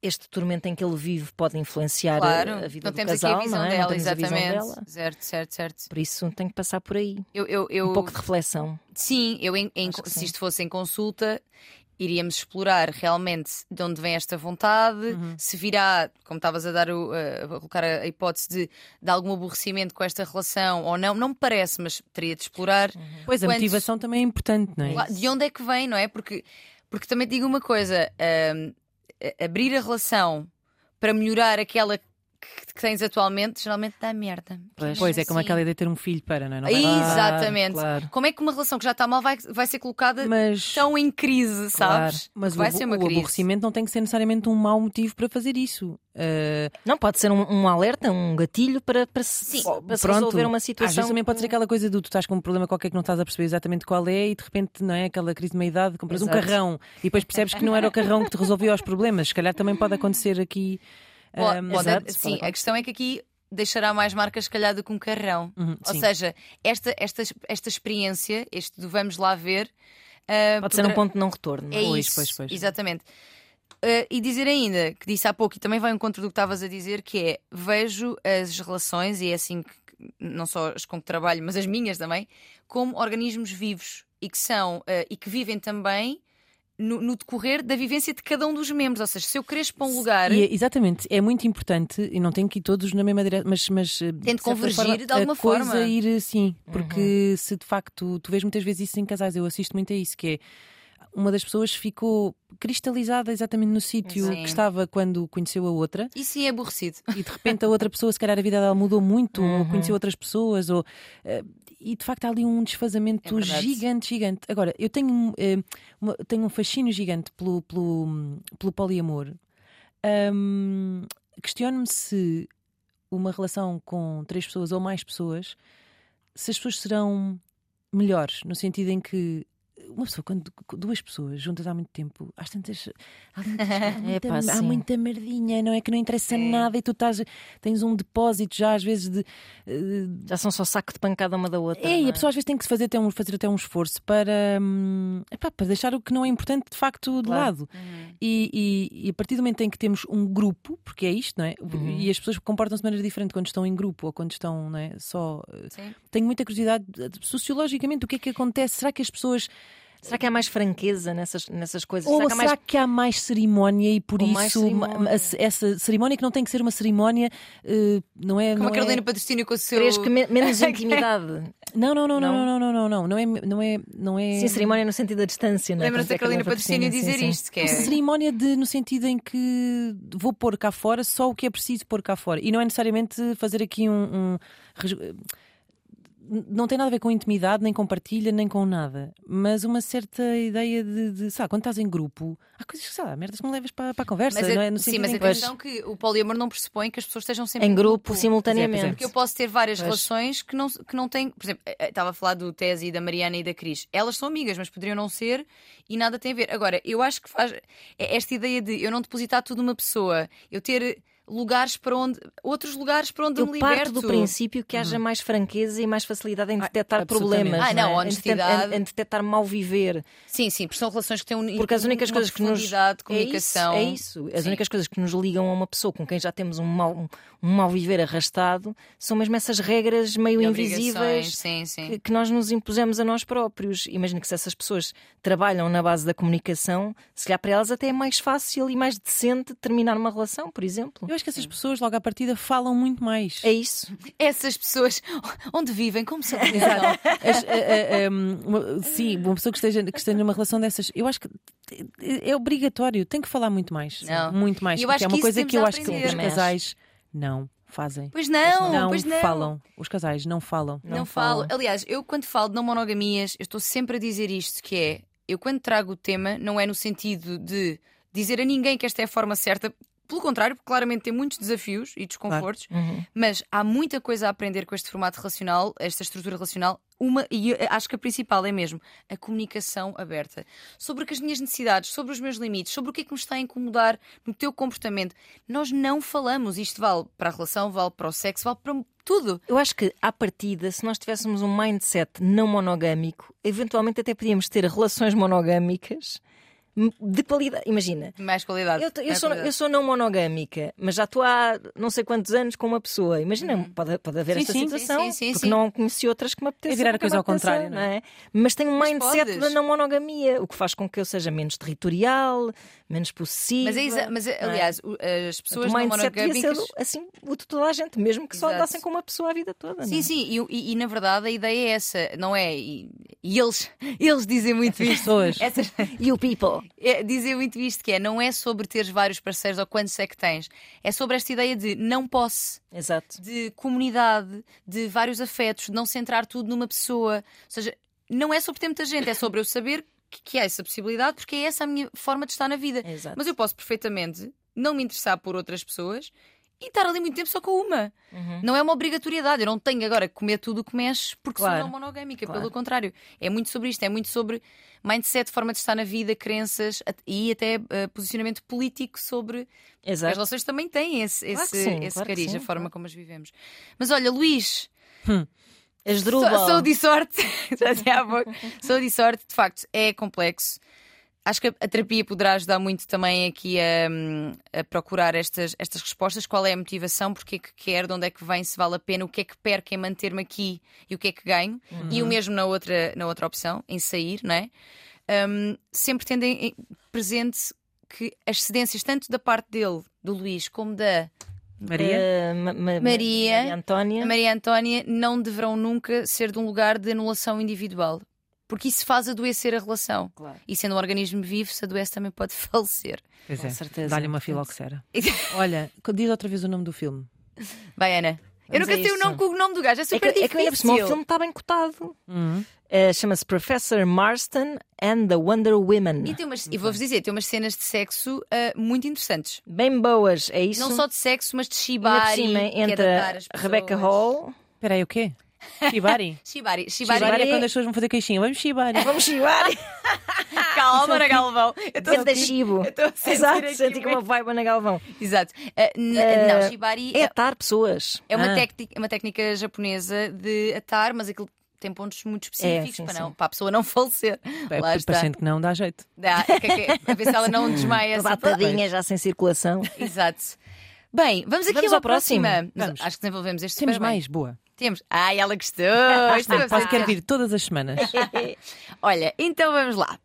este tormento em que ele vive pode influenciar a- Claro, eh, a vida não do temos casal, aqui a visão não é? dela, não temos a visão exatamente. dela. Certo, certo, certo. Por isso tem que passar por aí. Eu, eu, eu, Um pouco de reflexão. Sim, eu em- em- Acho que se sim. isto fosse em consulta, iríamos explorar realmente de onde vem esta vontade, Uhum. se virá, como estavas a dar o, eh, a colocar a, a hipótese de, de algum aborrecimento com esta relação ou não, não me parece, mas teria de explorar Pois, a Quantos- motivação também é importante, não é? Lá- de onde é que vem, não é? Porque, porque também te digo uma coisa: hum, a- abrir a relação para melhorar aquela que, que tens atualmente geralmente dá merda. Pois, é como aquela ideia de ter um filho para, não é? Não Ah, vai dar, Exatamente. claro. Como é que uma relação que já está mal vai, vai ser colocada Mas, tão em crise, claro, Então, sabes? mas Que o, vai ser uma o crise. aborrecimento não tem que ser necessariamente um mau motivo para fazer isso. Ah, Não pode ser um, um alerta, um gatilho para, para, se, Sim. para se Pronto. resolver uma às vezes situação. também pode ser aquela coisa do tu estás com um problema qualquer que não estás a perceber exatamente qual é e de repente, não é? Aquela crise de meia-idade, compras um Exato. carrão e depois percebes que não era o carrão que te resolveu os problemas. Se calhar também pode acontecer aqui. Pode- ah, pode- exato, pode sim, a questão é que aqui deixará mais marcas, se calhar, do que um carrão. Uhum, Ou sim. seja, esta, esta, esta experiência, este do vamos lá ver. ah, Pode ser um poderá- ponto de não retorno. não É é? Pois, isso, pois, pois. exatamente. Eh, e dizer ainda, que disse há pouco, e também vai ao encontro do que estavas a dizer, que é vejo as relações, e é assim que não só as com que trabalho, mas as minhas também, como organismos vivos e que são eh, e que vivem também no, no decorrer da vivência de cada um dos membros. Ou seja, se eu cresço para um lugar, E é- exatamente, é muito importante, e não tem que ir todos na mesma direção, mas, mas eh, Tem de certa convergir de alguma a coisa forma. ir assim, porque se de facto tu vês muitas vezes isso em casais, eu assisto muito a isso, que é uma das pessoas ficou cristalizada exatamente no sítio Sim. que estava quando conheceu a outra, isso sim é aborrecido. e de repente a outra pessoa, se calhar a vida dela mudou muito, ou Uhum. conheceu outras pessoas, ou, eh, e de facto há ali um desfazamento É verdade. gigante, gigante. Agora, eu tenho, um, eh, uma- tenho um fascínio gigante pelo, pelo, pelo poliamor. Ahm, Questiono-me se uma relação com três pessoas ou mais pessoas, se as pessoas serão melhores, no sentido em que. Uma pessoa, quando duas pessoas juntas há muito tempo, às tantas. Há, muitas- há muita, É pá, há sim. muita merdinha, não é? Que não interessa Sim. nada e tu estás, tens um depósito já às vezes de. eh, Já são só saco de pancada uma da outra. é, não e é? a pessoa às vezes tem que se fazer até um, fazer até um esforço para, hum, epá, para deixar o que não é importante de facto de Claro. lado. E, e- e a partir do momento em que temos um grupo, porque é isto, não é? E as pessoas comportam-se de maneira diferente quando estão em grupo ou quando estão não é, só. eh, Sim. Tenho muita curiosidade eh, sociologicamente o que é que acontece. Será que as pessoas. Será que há mais franqueza nessas, nessas coisas? ou será que há mais será que há mais cerimónia e por Ou mais isso ma- cerimónia. a- essa cerimónia que não tem que ser uma cerimónia, eh, não é? Como não a é- Carolina Patrocínio com o seu. Três que me- menos intimidade. Não, não, não, não, Não? não, não, não, não, não é, não é, não é. Sim, cerimónia no sentido da distância, não é? Lembra-se Tanto é da que ela Carolina Patrocínio patrocina, dizer sim, sim. isto, que é. Cerimónia de, no sentido em que vou pôr cá fora só o que é preciso pôr cá fora. E não é necessariamente fazer aqui um. um res- não tem nada a ver com intimidade, nem com partilha, nem com nada. Mas uma certa ideia de. de sei lá, quando estás em grupo, há coisas que, sei lá, merdas que não levas para, para a conversa. Mas a- não é? No sim, sentido mas em a que- questão é que o poliamor não pressupõe que as pessoas estejam sempre tipo, Em grupo, Pois é, simultaneamente. Porque eu posso ter várias Pois. relações que não, que não têm. Por exemplo, eh, eh, estava a falar do Tese e da Mariana e da Cris. Elas são amigas, mas poderiam não ser e nada tem a ver. Agora, eu acho que faz. é Esta ideia de eu não depositar tudo numa pessoa, eu ter lugares para onde. outros lugares para onde Eu me parto liberto. do princípio que haja mais franqueza e mais facilidade em detectar absolutamente. problemas. Ah, não, é? Em detectar- honestidade. Em, em detectar mal viver. Sim, sim, porque são relações que têm um Porque as únicas uma coisas que nos. profundidade de comunicação. É isso. é isso. As Sim. únicas coisas que nos ligam a uma pessoa com quem já temos um mal, um, um mal viver arrastastado são mesmo essas regras meio E obrigações, invisíveis. Sim, sim. que- Que nós nos impusemos a nós próprios. Imagino que se essas pessoas trabalham na base da comunicação, se calhar para elas até é mais fácil e mais decente terminar uma relação, por exemplo. Eu acho que essas pessoas, logo à partida, falam muito mais. É isso. Essas pessoas, onde vivem, como se organizam? As- a- a- a- uma- sim, uma pessoa que esteja, que esteja numa relação dessas, eu acho que é obrigatório, tem que falar muito mais. Não. Muito mais. E eu porque acho é que uma isso coisa temos que eu a acho que aprender. os Também acho. casais não fazem. Pois não, não pois não. falam. Os casais não falam. Não, falo. Aliás, eu quando falo de não monogamias, eu estou sempre a dizer isto: que é, eu quando trago o tema, não é no sentido de dizer a ninguém que esta é a forma certa. Pelo contrário, porque claramente tem muitos desafios e desconfortos, Uhum. mas há muita coisa a aprender com este formato relacional, esta estrutura relacional. Uma, e eu acho que a principal é mesmo a comunicação aberta sobre que as minhas necessidades, sobre os meus limites, sobre o que é que me está a incomodar no teu comportamento. Nós não falamos. Isto vale para a relação, vale para o sexo, vale para tudo. Eu acho que, à partida, se nós tivéssemos um mindset não monogâmico, eventualmente até podíamos ter relações monogâmicas m- de qualidade. Imagina, Mais qualidade. é eu, te- eu mais sou, qualidade. eu sou não monogâmica, mas já estou há não sei quantos anos com uma pessoa. Imagina, pode, pode haver Sim, esta sim. situação, Hum. Sim, sim, sim, porque sim. não conheci outras que me apeteçam. É virar a que me coisa ao apeteça, contrário, não é? Mas tenho um Mas mindset podes. da não monogamia, o que faz com que eu seja menos territorial, menos possível. Mas, é exa- mas, aliás, o- as pessoas o não mindset devia ser monogâmicas. assim o de toda a gente, mesmo que só Exato. andassem com uma pessoa a vida toda. não Sim, é? sim, e, e- e, na verdade a ideia é essa, não é? E, e eles, eles dizem muito As isto. pessoas. Essas, You people. é, dizem muito isto que é, não é sobre teres vários parceiros ou quantos é que tens, é sobre esta ideia de não posse, Exato. de comunidade, de vários afetos, de não centrar tudo numa pessoa. Ou seja, não é sobre ter muita gente, é sobre eu saber que, que há essa possibilidade, porque é essa a minha forma de estar na vida. Exato. Mas eu posso perfeitamente não me interessar por outras pessoas e estar ali muito tempo só com uma. Uhum. Não é uma obrigatoriedade. Eu não tenho agora que comer tudo o que mexes porque Claro. sou não é monogâmica. Claro. Pelo contrário, é muito sobre isto. É muito sobre mindset, forma de estar na vida, crenças at- e até eh, posicionamento político sobre. As Exato. relações também têm esse, Claro que esse, sim, esse claro que cariz, sim, a forma como as vivemos. Mas olha, Luís, sou, Asdrúbal. sou de sorte. Já dizia há pouco. Sou de sorte, de facto, é complexo. Acho que a a terapia poderá ajudar muito também aqui a, hum, a procurar estas, estas respostas. Qual é a motivação? Porque é que quero? De onde é que vem? Se vale a pena? O que é que perco em manter-me aqui? E o que é que ganho? E o mesmo na outra, na outra opção, em sair, não é? Hum, sempre tendo em- em presente que as cedências, tanto da parte dele, do Luís, como da é, Maria? Eh, Ma- Ma- Ma- Maria. Antónia. a Maria Antónia, não deverão nunca ser de um lugar de anulação individual. Porque isso faz adoecer a relação. Claro. E sendo um organismo vivo, se adoece também pode falecer. Pois Com é. certeza. Dá-lhe uma filoxera. Olha, diz outra vez o nome do filme. Vai, Ana. eu Vamos nunca a sei o isso. nome, com o nome do gajo, é É que, super é que eu ia difícil. perceber, o filme está bem cotado. Uhum. Eh, Chama-se Professor Marston and the Wonder Women. E, tem umas- e vou-vos dizer, tem umas cenas de sexo ah, muito interessantes. Bem boas, é isso? Não só de sexo, mas de E ainda por shibari. cima que é datar entra as Rebecca pessoas. Hall. Espera aí, o quê? Shibari? Shibari. Shibari, Shibari é Shibari- quando as pessoas vão fazer queixinha. Vamos Shibari. Vamos chegar! Ah, calma, Ana Galvão. Eu tô- Ganda Chibo. é tipo eu tô a sentir Exato, aqui né? senti que uma- uma vibe na Galvão. Exato. Ah, n- não, shibari É é, atar pessoas. é uma, Ah. técnica, é uma técnica japonesa de atar, mas aquilo tem pontos muito específicos sim, para, sim. não, para a pessoa não falecer. É, Lá está. Parecendo que não, dá jeito. Dá, é que- que- a ver se ela não desmaia. assim. Batadinha já sem circulação. Exato. Bem, vamos aqui Vamos a uma ao próximo. próxima. Mas Vamos. Acho que desenvolvemos este Temos super bem. mais, boa. Ah, Temos. Ai, ela gostou. Estou a Posso fazer- quero vir todas as semanas. É. Olha, então vamos lá.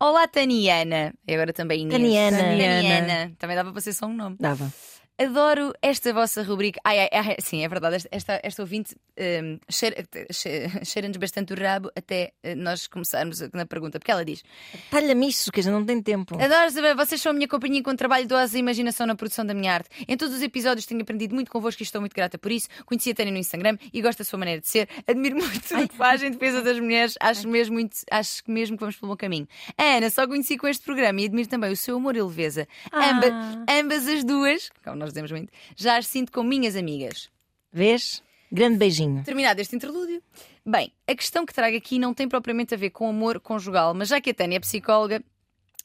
Olá, Taniana. E agora também Inês. Taniana. Taniana. Também dava para ser só um nome. Dava. Adoro esta vossa rubrica. Ai, ai, ai, sim, é verdade. Esta, esta, esta ouvinte hum, cheira- che- cheira-nos bastante o rabo até eh, nós começarmos na pergunta, porque ela diz: Talha-me isso, que a gente não tem tempo. Adoro saber, vocês são a minha companhia com trabalho, dose e imaginação na produção da minha arte. Em todos os episódios tenho aprendido muito convosco e estou muito grata por isso. Conheci a Tânia no Instagram e gosto da sua maneira de ser. Admiro muito tudo o que faz em defesa das mulheres. Acho mesmo, muito, acho que mesmo que vamos pelo bom caminho. A Ana só conheci com este programa e admiro também o seu humor e leveza. Amba- ambas as duas, como nós dizemos muito, já as sinto como minhas amigas. Vês? Grande beijinho. Terminado este interlúdio. Bem, a questão que trago aqui não tem propriamente a ver com amor conjugal, mas já que a Tânia é psicóloga,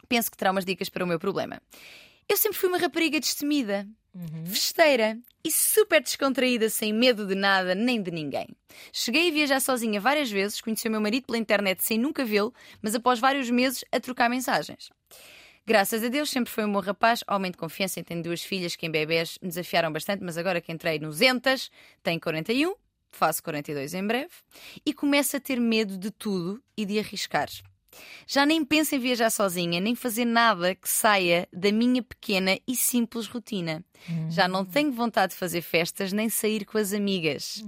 penso que terá umas dicas para o meu problema. Eu sempre fui uma rapariga destemida, festeira e super descontraída, sem medo de nada nem de ninguém. Cheguei a viajar sozinha várias vezes, conheci o meu marido pela internet sem nunca vê-lo, mas após vários meses a trocar mensagens. Graças a Deus sempre foi um bom rapaz, homem de confiança e tenho duas filhas que em bebés me desafiaram bastante, mas agora que entrei nos entas, tenho 41, faço 42 em breve, e começo a ter medo de tudo e de arriscar. Já nem penso em viajar sozinha, nem fazer nada que saia da minha pequena e simples rotina. Já não tenho vontade de fazer festas nem sair com as amigas.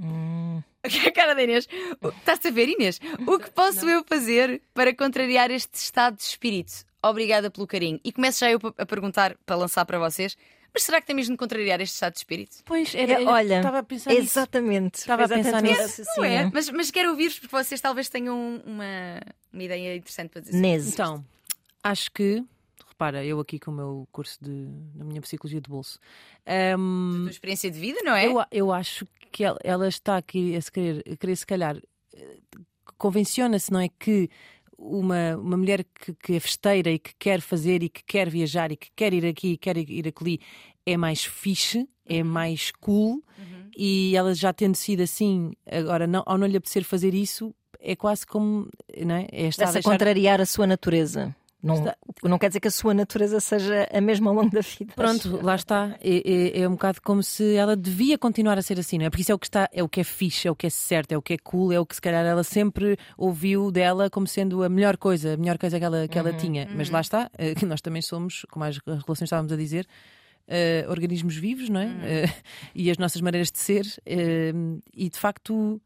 A cara da Inês. O- Estás a ver, Inês? O que posso eu fazer para contrariar este estado de espírito? Obrigada pelo carinho. E começo já eu pa- a perguntar, para lançar para vocês, mas será que tem mesmo de contrariar este estado de espírito? Pois, É, olha, estava a pensar nisso. exatamente. Estava a Foi pensar exatamente nisso. o Não é? raciocínio. Mas, mas quero ouvir-vos, porque vocês talvez tenham um, uma, uma ideia interessante para dizer. Inês, Então, acho que. Repara, eu aqui com o meu curso de. na minha psicologia de bolso. Ahm, Tua experiência de vida, não é? Eu, a- eu acho que ela, ela está aqui a se querer, a querer se calhar, eh, convenciona-se, não é? Que uma, uma mulher que, que é festeira e que quer fazer e que quer viajar e que quer ir aqui e quer ir- ir ali é mais fixe, é Uhum. mais cool e ela já tendo sido assim, agora não, ao não lhe apetecer fazer isso, é quase como, não é? É está estar a a deixar... contrariar a sua natureza. Não, Está- não quer dizer que a sua natureza seja a mesma ao longo da vida. Pronto, lá está. É, é- é um bocado como se ela devia continuar a ser assim, não é? Porque isso é o que está, é o que é fixe, é o que é certo, é o que é cool, é o que se calhar ela sempre ouviu dela como sendo a melhor coisa, a melhor coisa que ela, que ela tinha. Mas lá está, eh, que nós também somos, como as relações estávamos a dizer, eh, organismos vivos, não é? Eh, e as nossas maneiras de ser. eh, e de facto.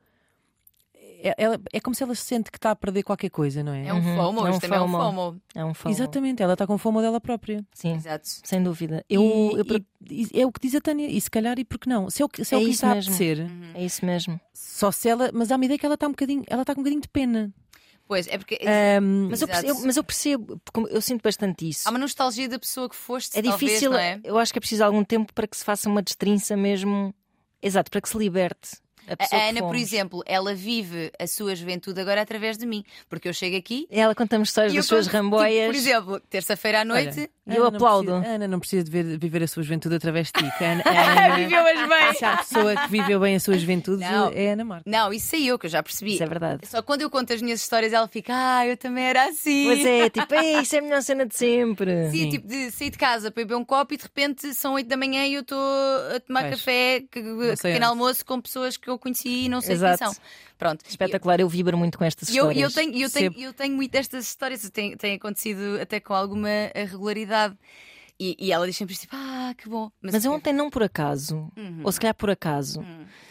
é- ela- é como se ela sente que está a perder qualquer coisa, não é? É um Uhum. FOMO, É um isto também é um FOMO. FOMO. É um falo. Exatamente, ela está com fome dela própria. Sim, Exato. sem dúvida. Eu, Eu, eu pre- é o que diz a Tânia, e se calhar, e porque não? Se é o que, se É é o que lhe isso está a mesmo. apetecer, É isso mesmo. só se ela. Mas há uma ideia que ela está um bocadinho, ela está com um bocadinho de pena. Pois, é porque Ahm, Mas eu, Exato. percebo, mas eu percebo, porque eu sinto bastante isso. há uma nostalgia da pessoa que foste. É talvez, difícil, não é? eu acho que é preciso algum tempo para que se faça uma destrinça mesmo. Exato, para que se liberte. A, A pessoa que Ana, por fomos. exemplo, ela vive a sua juventude agora através de mim, porque eu chego aqui É Ela conta-me histórias e eu das suas conto, tipo, ramboias. por exemplo, terça-feira à noite, E eu Ana não aplaudo. precisa- Ana não precisa de ver- viver a sua juventude através de ti. que a Ana, é a Ana- viveu Ah, as bem. se há pessoa que viveu bem a sua juventude, Não. é a Ana Marta. Não, isso sei eu que eu já percebi. Isso é verdade. Só quando eu conto as minhas histórias, ela fica, ah, eu também era assim. Pois é, tipo, "Ei, isso é a melhor cena de sempre. Sim, tipo de sair de casa para beber um copo e de repente são 8 da manhã e eu estou a tomar Pois. café, que, sei pequeno onde. almoço com pessoas que eu conheci e não sei Exato. quem são. Pronto. Espetacular, eu vibro muito com estas E eu, histórias. e eu, tenho, e eu, tenho, Percebo. eu tenho muito destas histórias, tem, tem acontecido até com alguma regularidade. E, e ela diz sempre tipo, ah, que bom. Mas é um eu ontem não por acaso, ou se calhar por acaso,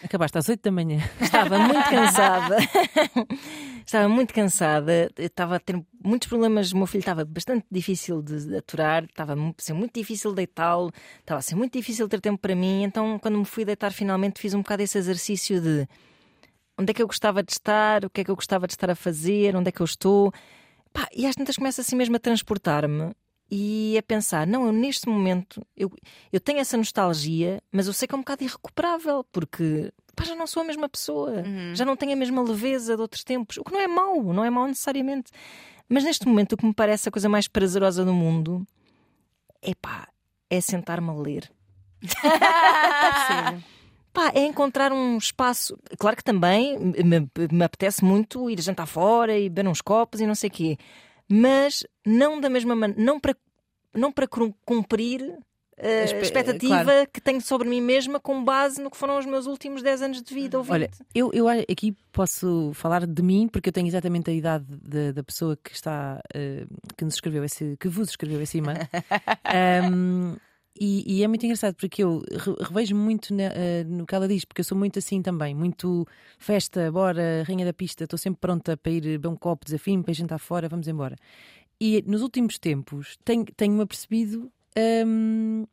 Acabaste às 8 da manhã. estava muito cansada. estava muito cansada, eu estava a ter muitos problemas. O meu filho estava bastante difícil de aturar, estava mu- a ser muito difícil deitá-lo, estava a ser muito difícil ter tempo para mim. Então, quando me fui deitar, finalmente fiz um bocado esse exercício de onde é que eu gostava de estar, o que é que eu gostava de estar a fazer, onde é que eu estou. Pá, e às tantas começo assim mesmo a transportar-me e a pensar: não, eu neste momento eu, eu tenho essa nostalgia, mas eu sei que é um bocado irrecuperável, porque pá, já não sou a mesma pessoa, Uhum. já não tenho a mesma leveza de outros tempos, o que não é mau, não é mau necessariamente. Mas neste momento o que me parece a coisa mais prazerosa do mundo é pá, é sentar-me a ler. Pá, é encontrar um espaço. Claro que também me, me apetece muito ir jantar fora e beber uns copos e não sei o quê. Mas não da mesma maneira, não para, não para cru- cumprir eh, a Espe- expectativa claro. que tenho sobre mim mesma com base no que foram os meus últimos 10 anos de vida ou 20. Olha, eu, eu a- aqui posso falar de mim, porque eu tenho exatamente a idade da, da pessoa que está eh, que nos escreveu esse, que vos escreveu esse imã. Ahm, e, e é muito engraçado porque eu re- revejo muito na- eh, no que ela diz, porque eu sou muito assim também, muito festa, bora, rainha da pista, estou sempre pronta para ir beber um copo, desafio, para ir jantar fora, vamos embora. E nos últimos tempos tenho- tenho-me apercebido ahm,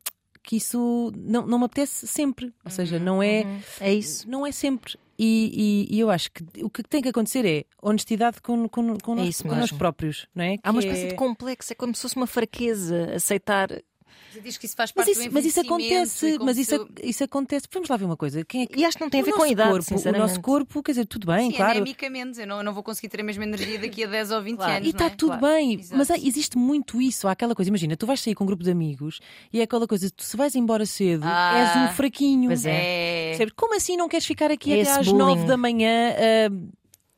que isso não, não me apetece sempre, ou seja, não é. É isso. Não é sempre. E, e- e eu acho que o que tem que acontecer é honestidade com, com, com, É nós, isso com nós mesmo. próprios, não é? Há uma Que espécie é- de complexo, é como se fosse uma fraqueza aceitar Você diz que isso faz Mas parte isso, do mas isso envelhecimento e acontece, como mas isso, é se- isso acontece. Vamos lá ver uma coisa. Quem é que E acho que não tem a o ver com nosso a idade, corpo, o sinceramente. é nosso corpo, quer dizer, tudo bem, Sim, claro. anemicamente, eu não, eu não vou conseguir ter a mesma energia daqui a 10 ou 20 Claro. anos. E está não é? tudo Claro, bem, exato. mas há- existe muito isso. Há aquela coisa, imagina, tu vais sair com um grupo de amigos e é aquela coisa, tu se vais embora cedo, Ah, és um fraquinho. pois é. Percebes? Como assim não queres ficar aqui É até esse às nove bullying. da manhã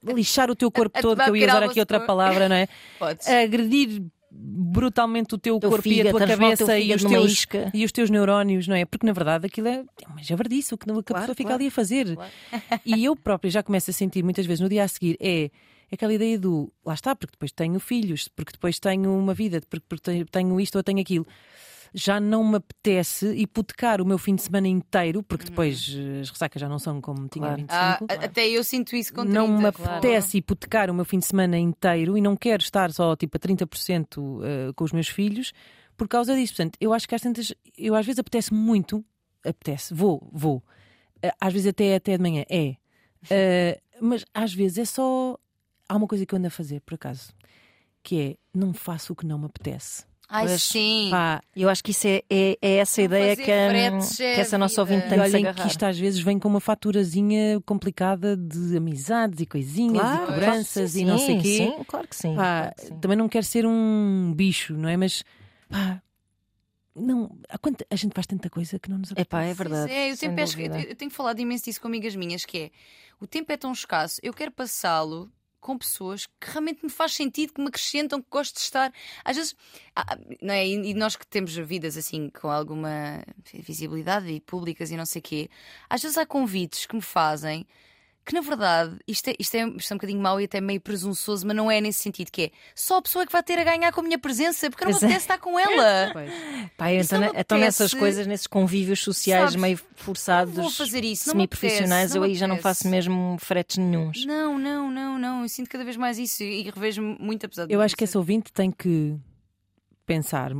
a lixar o teu corpo a todo? tomar Que eu ia pequeno usar aqui almoço. outra palavra, não é? Podes. A agredir brutalmente o teu Teu corpo e a fígado, tua transformar o teu cabeça e fígado os, numa teus, isca. e os teus neurónios, não é? Porque na verdade aquilo é é uma javardice o que, o que Claro, a pessoa fica claro, ali a fazer. E eu própria já começo a sentir muitas vezes no dia a seguir é aquela ideia do lá está, porque depois tenho filhos, porque depois tenho uma vida, porque, porque tenho- tenho isto ou tenho aquilo. Já não me apetece hipotecar o meu fim de semana inteiro, porque depois eh, as ressacas já não são como tinha Uhum. Claro. Ah, 25. a- Até eu sinto isso com 30. Não me claro. apetece hipotecar o meu fim de semana inteiro e não quero estar só tipo a 30% eh, com os meus filhos por causa disso. Portanto, eu acho que às tantas, eu às vezes apetece muito, apetece, vou, vou. Eh, Às vezes até, até de manhã, é. Eh, mas às vezes é só. Há uma coisa que eu ando a fazer, por acaso, que é não faço o que não me apetece. Ai, Mas, sim. Pá, Eu acho que isso é, é- é essa Não ideia fazer que, a- fretes é que essa a nossa vida. ouvinte E tem de se olhem que agarrar. isto às vezes vem com uma faturazinha complicada de amizades e coisinhas Claro, e cobranças sim, e não sei o quê. Sim, claro que sim. Pá, claro que sim. também não quero ser um bicho, não é? Mas pá, não, há quanta- a gente faz tanta coisa que não nos apetece. Epá, é Sim, verdade. sim, é, eu, sem sempre acho que- eu dúvida. eu tenho falado imenso disso com amigas minhas, que é o tempo é tão escasso, eu quero passá-lo com pessoas que realmente me faz sentido, que me acrescentam, que gosto de estar. Às vezes, ah, ah, não é? E e nós que temos vidas assim com alguma visibilidade e públicas e não sei quê, às vezes há convites que me fazem que na verdade isto é, isto é, isto é um bocadinho mau e até meio presunçoso, mas não é nesse sentido que é só a pessoa é que vai ter a ganhar com a minha presença, porque eu não me Pois é. apetece estar com ela. Pá, eu Isso então, não ne- me então nessas apetece. coisas, nesses convívios sociais Sabes, meio forçados, vou fazer isso, não me semi-profissionais, apetece, eu não me aí já não faço apetece. mesmo fretes nenhuns. Não, não, não, não. Eu sinto cada vez mais isso e e revejo-me muito apesar de Eu não é acho que ser- essa ouvinte tem que pensar eh,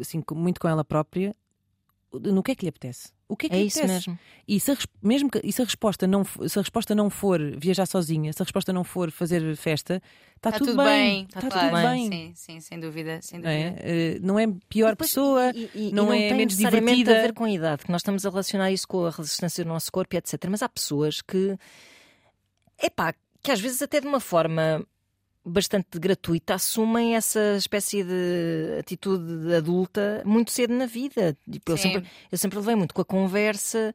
assim, com- muito com ela própria no que é que lhe apetece. O que é que É lhe isso apetece? mesmo. E se a, res- mesmo que, e se a resposta não f- se a resposta não for viajar sozinha, se a resposta não for fazer festa, está Está tudo, bem, está tá está claro. tudo bem. tá Sim, sim, sem dúvida, sem Não, dúvida. é? Eh, não é pior Depois, pessoa, e- e- e não é tem menos necessariamente divertida. a ver com a idade, que nós estamos a relacionar isso com a resistência do nosso corpo, e etc. Mas há pessoas que, epá, que às vezes até de uma forma bastante gratuita assumem essa espécie de atitude de adulta muito cedo na vida. Tipo, eu, Sim. sempre, eu sempre levei muito com a conversa.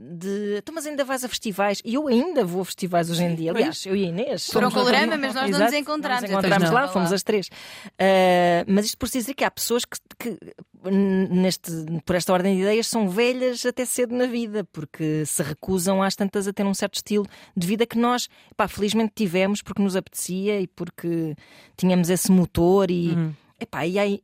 De, então, mas ainda vais a festivais? E eu ainda vou a festivais hoje em dia. Aliás, eu e a Inês. Foram somos com o muito Lorama, mas nós não nos Exato, encontramos. nos então encontramos não. lá, fomos as três. Ah, mas isto por si dizer que há pessoas que, que, n- neste, por esta ordem de ideias, são velhas até cedo na vida, porque se recusam às tantas a ter um certo estilo de vida que nós, pá, felizmente tivemos porque nos apetecia e porque tínhamos esse motor e, epá, e há aí, eh,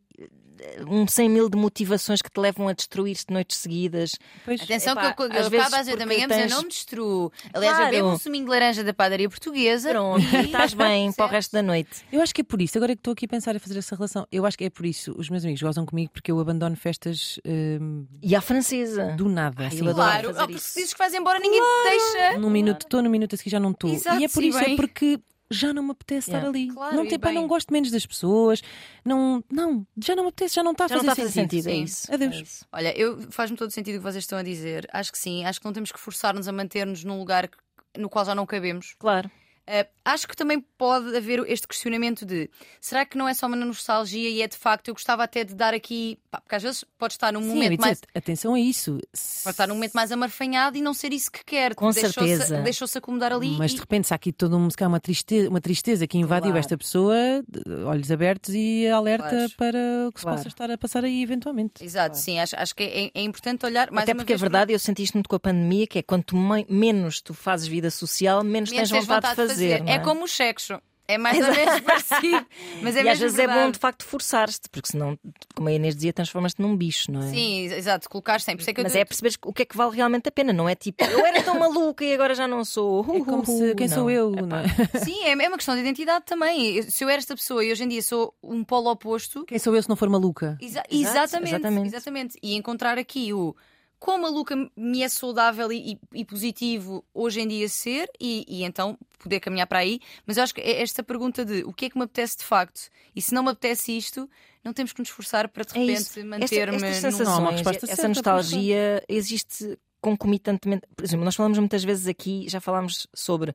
um 100 mil de motivações que te levam a destruir-te noites seguidas. Pois, Atenção Epá, que eu, às eu vezes acabo às 8 da porque manhã, mas tens- eu não me destruo. Aliás, eu bebo Claro. um suminho de laranja da padaria portuguesa. Pronto, e estás bem para o Certo. resto da noite. Eu acho que é por isso, agora que estou aqui a pensar a fazer essa relação, eu acho que é por isso os meus amigos gozam comigo porque eu abandono festas hum, E à francesa. do nada. assim. eu adoro Claro, fazer ou porque isso. se dizes que vais embora, ninguém te deixa. Num minuto estou, num minuto a seguir já não estou. Exato, E é por sim, isso, bem. é porque já não me apetece Yeah. estar ali. Claro, não, e tem, pá, bem. não gosto menos das pessoas, não, não, já não me apetece, já não está a Já não fazer está a fazer sentido. sentido, é Sim. isso. Adeus. É isso. Olha, eu faz-me todo sentido o que vocês estão a dizer. Acho que sim, acho que não temos que forçar-nos a manter-nos num lugar que- no qual já não cabemos. Claro. Uh, acho que também pode haver este questionamento de será que não é só uma nostalgia e é de facto, eu gostava até de dar aqui, pá, porque às vezes pode estar num Sim, eu ia Um momento dizer, mais Atenção a isso. pode estar num momento mais amarfanhado e não ser isso que quer. Com Deixou-se- certeza. Deixou-se acomodar ali. Mas e- de repente, se há aqui toda uma, se calhar uma, tristeza, uma tristeza que invadiu Claro. esta pessoa, de- olhos abertos e alerta Claro. para o que se Claro. possa estar a passar aí eventualmente. Exato, sim, acho, acho que é, é importante olhar mais Até uma porque a vez para- verdade, eu senti isto muito com a pandemia, que é quanto mai- menos tu fazes vida social, menos, menos tens vontade, de fazer. não É como o sexo. É mais ou menos parecido. Mas é e às mesmo vezes é bom verdade. de facto forçar-te, porque senão, como a Inês dizia, transformas-te num bicho, não é? Sim, exato, colocar sempre. Por isso é que eu Mas digo- é perceberes o que é que vale realmente a pena, não é tipo, eu era tão maluca e agora já não sou. É como se quem Não. sou eu, não é? Sim, é, é uma questão de identidade também. Eu- Se eu era esta pessoa e hoje em dia sou um polo oposto, Quem sou eu se não for maluca? Exa- Exato, exatamente, exatamente. exatamente. E encontrar aqui o como a Luca me é saudável e, e- e positivo hoje em dia ser e, e então poder caminhar para aí. Mas eu acho que é esta pergunta de o que é que me apetece de facto e se não me apetece isto, não temos que nos esforçar para de É isso. repente manter-me Esta- estas num- sensações, Não há uma resposta essa certa, nostalgia existe concomitantemente. Por exemplo, nós falamos muitas vezes aqui, já falámos sobre.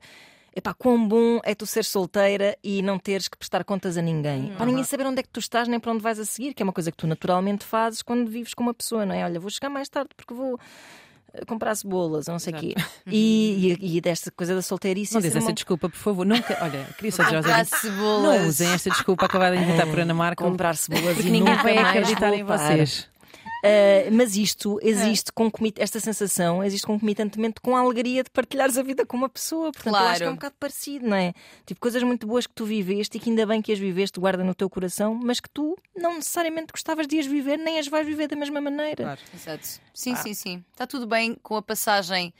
Epá, quão bom é tu ser solteira e não teres que prestar contas a Uhum. ninguém. Para ninguém saber onde é que tu estás nem para onde vais a seguir, que é uma coisa que tu naturalmente fazes quando vives com uma pessoa, não é? Olha, vou chegar mais tarde porque vou eh, comprar cebolas ou não sei o quê. E, e, e desta coisa da solteirice. Não assim, isso diz é essa uma- desculpa, por favor. Nunca, olha, queria só dizer aos comprar Ah, ouvintes, cebolas. Não usem esta desculpa acabada de inventar por Ana Marco. comprar cebolas Porque e ninguém nunca vai mais acreditar em voltar. vocês. Uh, mas isto É. existe concomit- esta sensação existe concomitantemente com a alegria de partilhares a vida com uma pessoa. Portanto, eu acho que é Claro. um bocado parecido, não é? Tipo, coisas muito boas que tu viveste e que ainda bem que as viveste, guarda no teu coração, mas que tu não necessariamente gostavas de as viver, nem as vais viver da mesma maneira. Claro. Exato. Ah. Sim, sim, sim. Está tudo bem com a passagem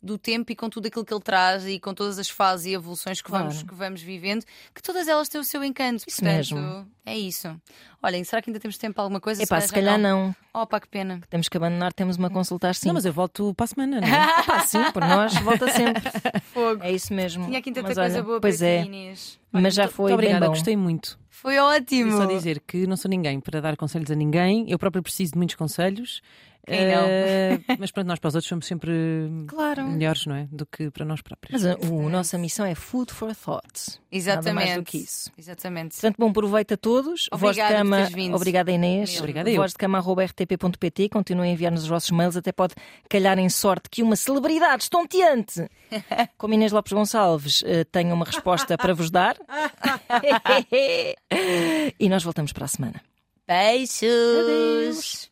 do tempo e com tudo aquilo que ele traz e com todas as fases e evoluções que, vamos, Claro. que vamos vivendo, que todas elas têm o seu encanto. Isso portanto, mesmo. é isso. Olhem, será que ainda temos tempo para alguma coisa? Epá, se já calhar não. Oh, pá, que pena. Temos que abandonar, temos uma consulta às 5. Não, mas eu volto para a semana, não é? Epá, sim, por nós, volta sempre. Fogo. É isso mesmo. Tinha aqui tanta Mas coisa olha, boa Pois para é, ti, Inês. mas já foi Muito obrigada, bem bom. gostei muito. Foi Queria ótimo. Só dizer que não sou ninguém para dar conselhos a ninguém. Eu própria preciso de muitos conselhos. Quem não? Eh, mas pronto, nós para os outros somos sempre Claro. Hum. melhores, não é? Do que para nós próprios. Mas a, o- nossa missão é food for thought. Nada Exatamente. mais do que isso. Exatamente. Portanto, bom proveito a todos. Voz de Obrigada por cama, teres vindo. obrigada Inês. Mesmo. Obrigada eu. Voz de cama arroba rtp.pt. Continuem a enviar-nos os vossos mails. Até pode calhar em sorte que uma celebridade estonteante, como Inês Lopes Gonçalves, eh, tenha uma resposta para vos dar. e nós voltamos para a semana. Beijos.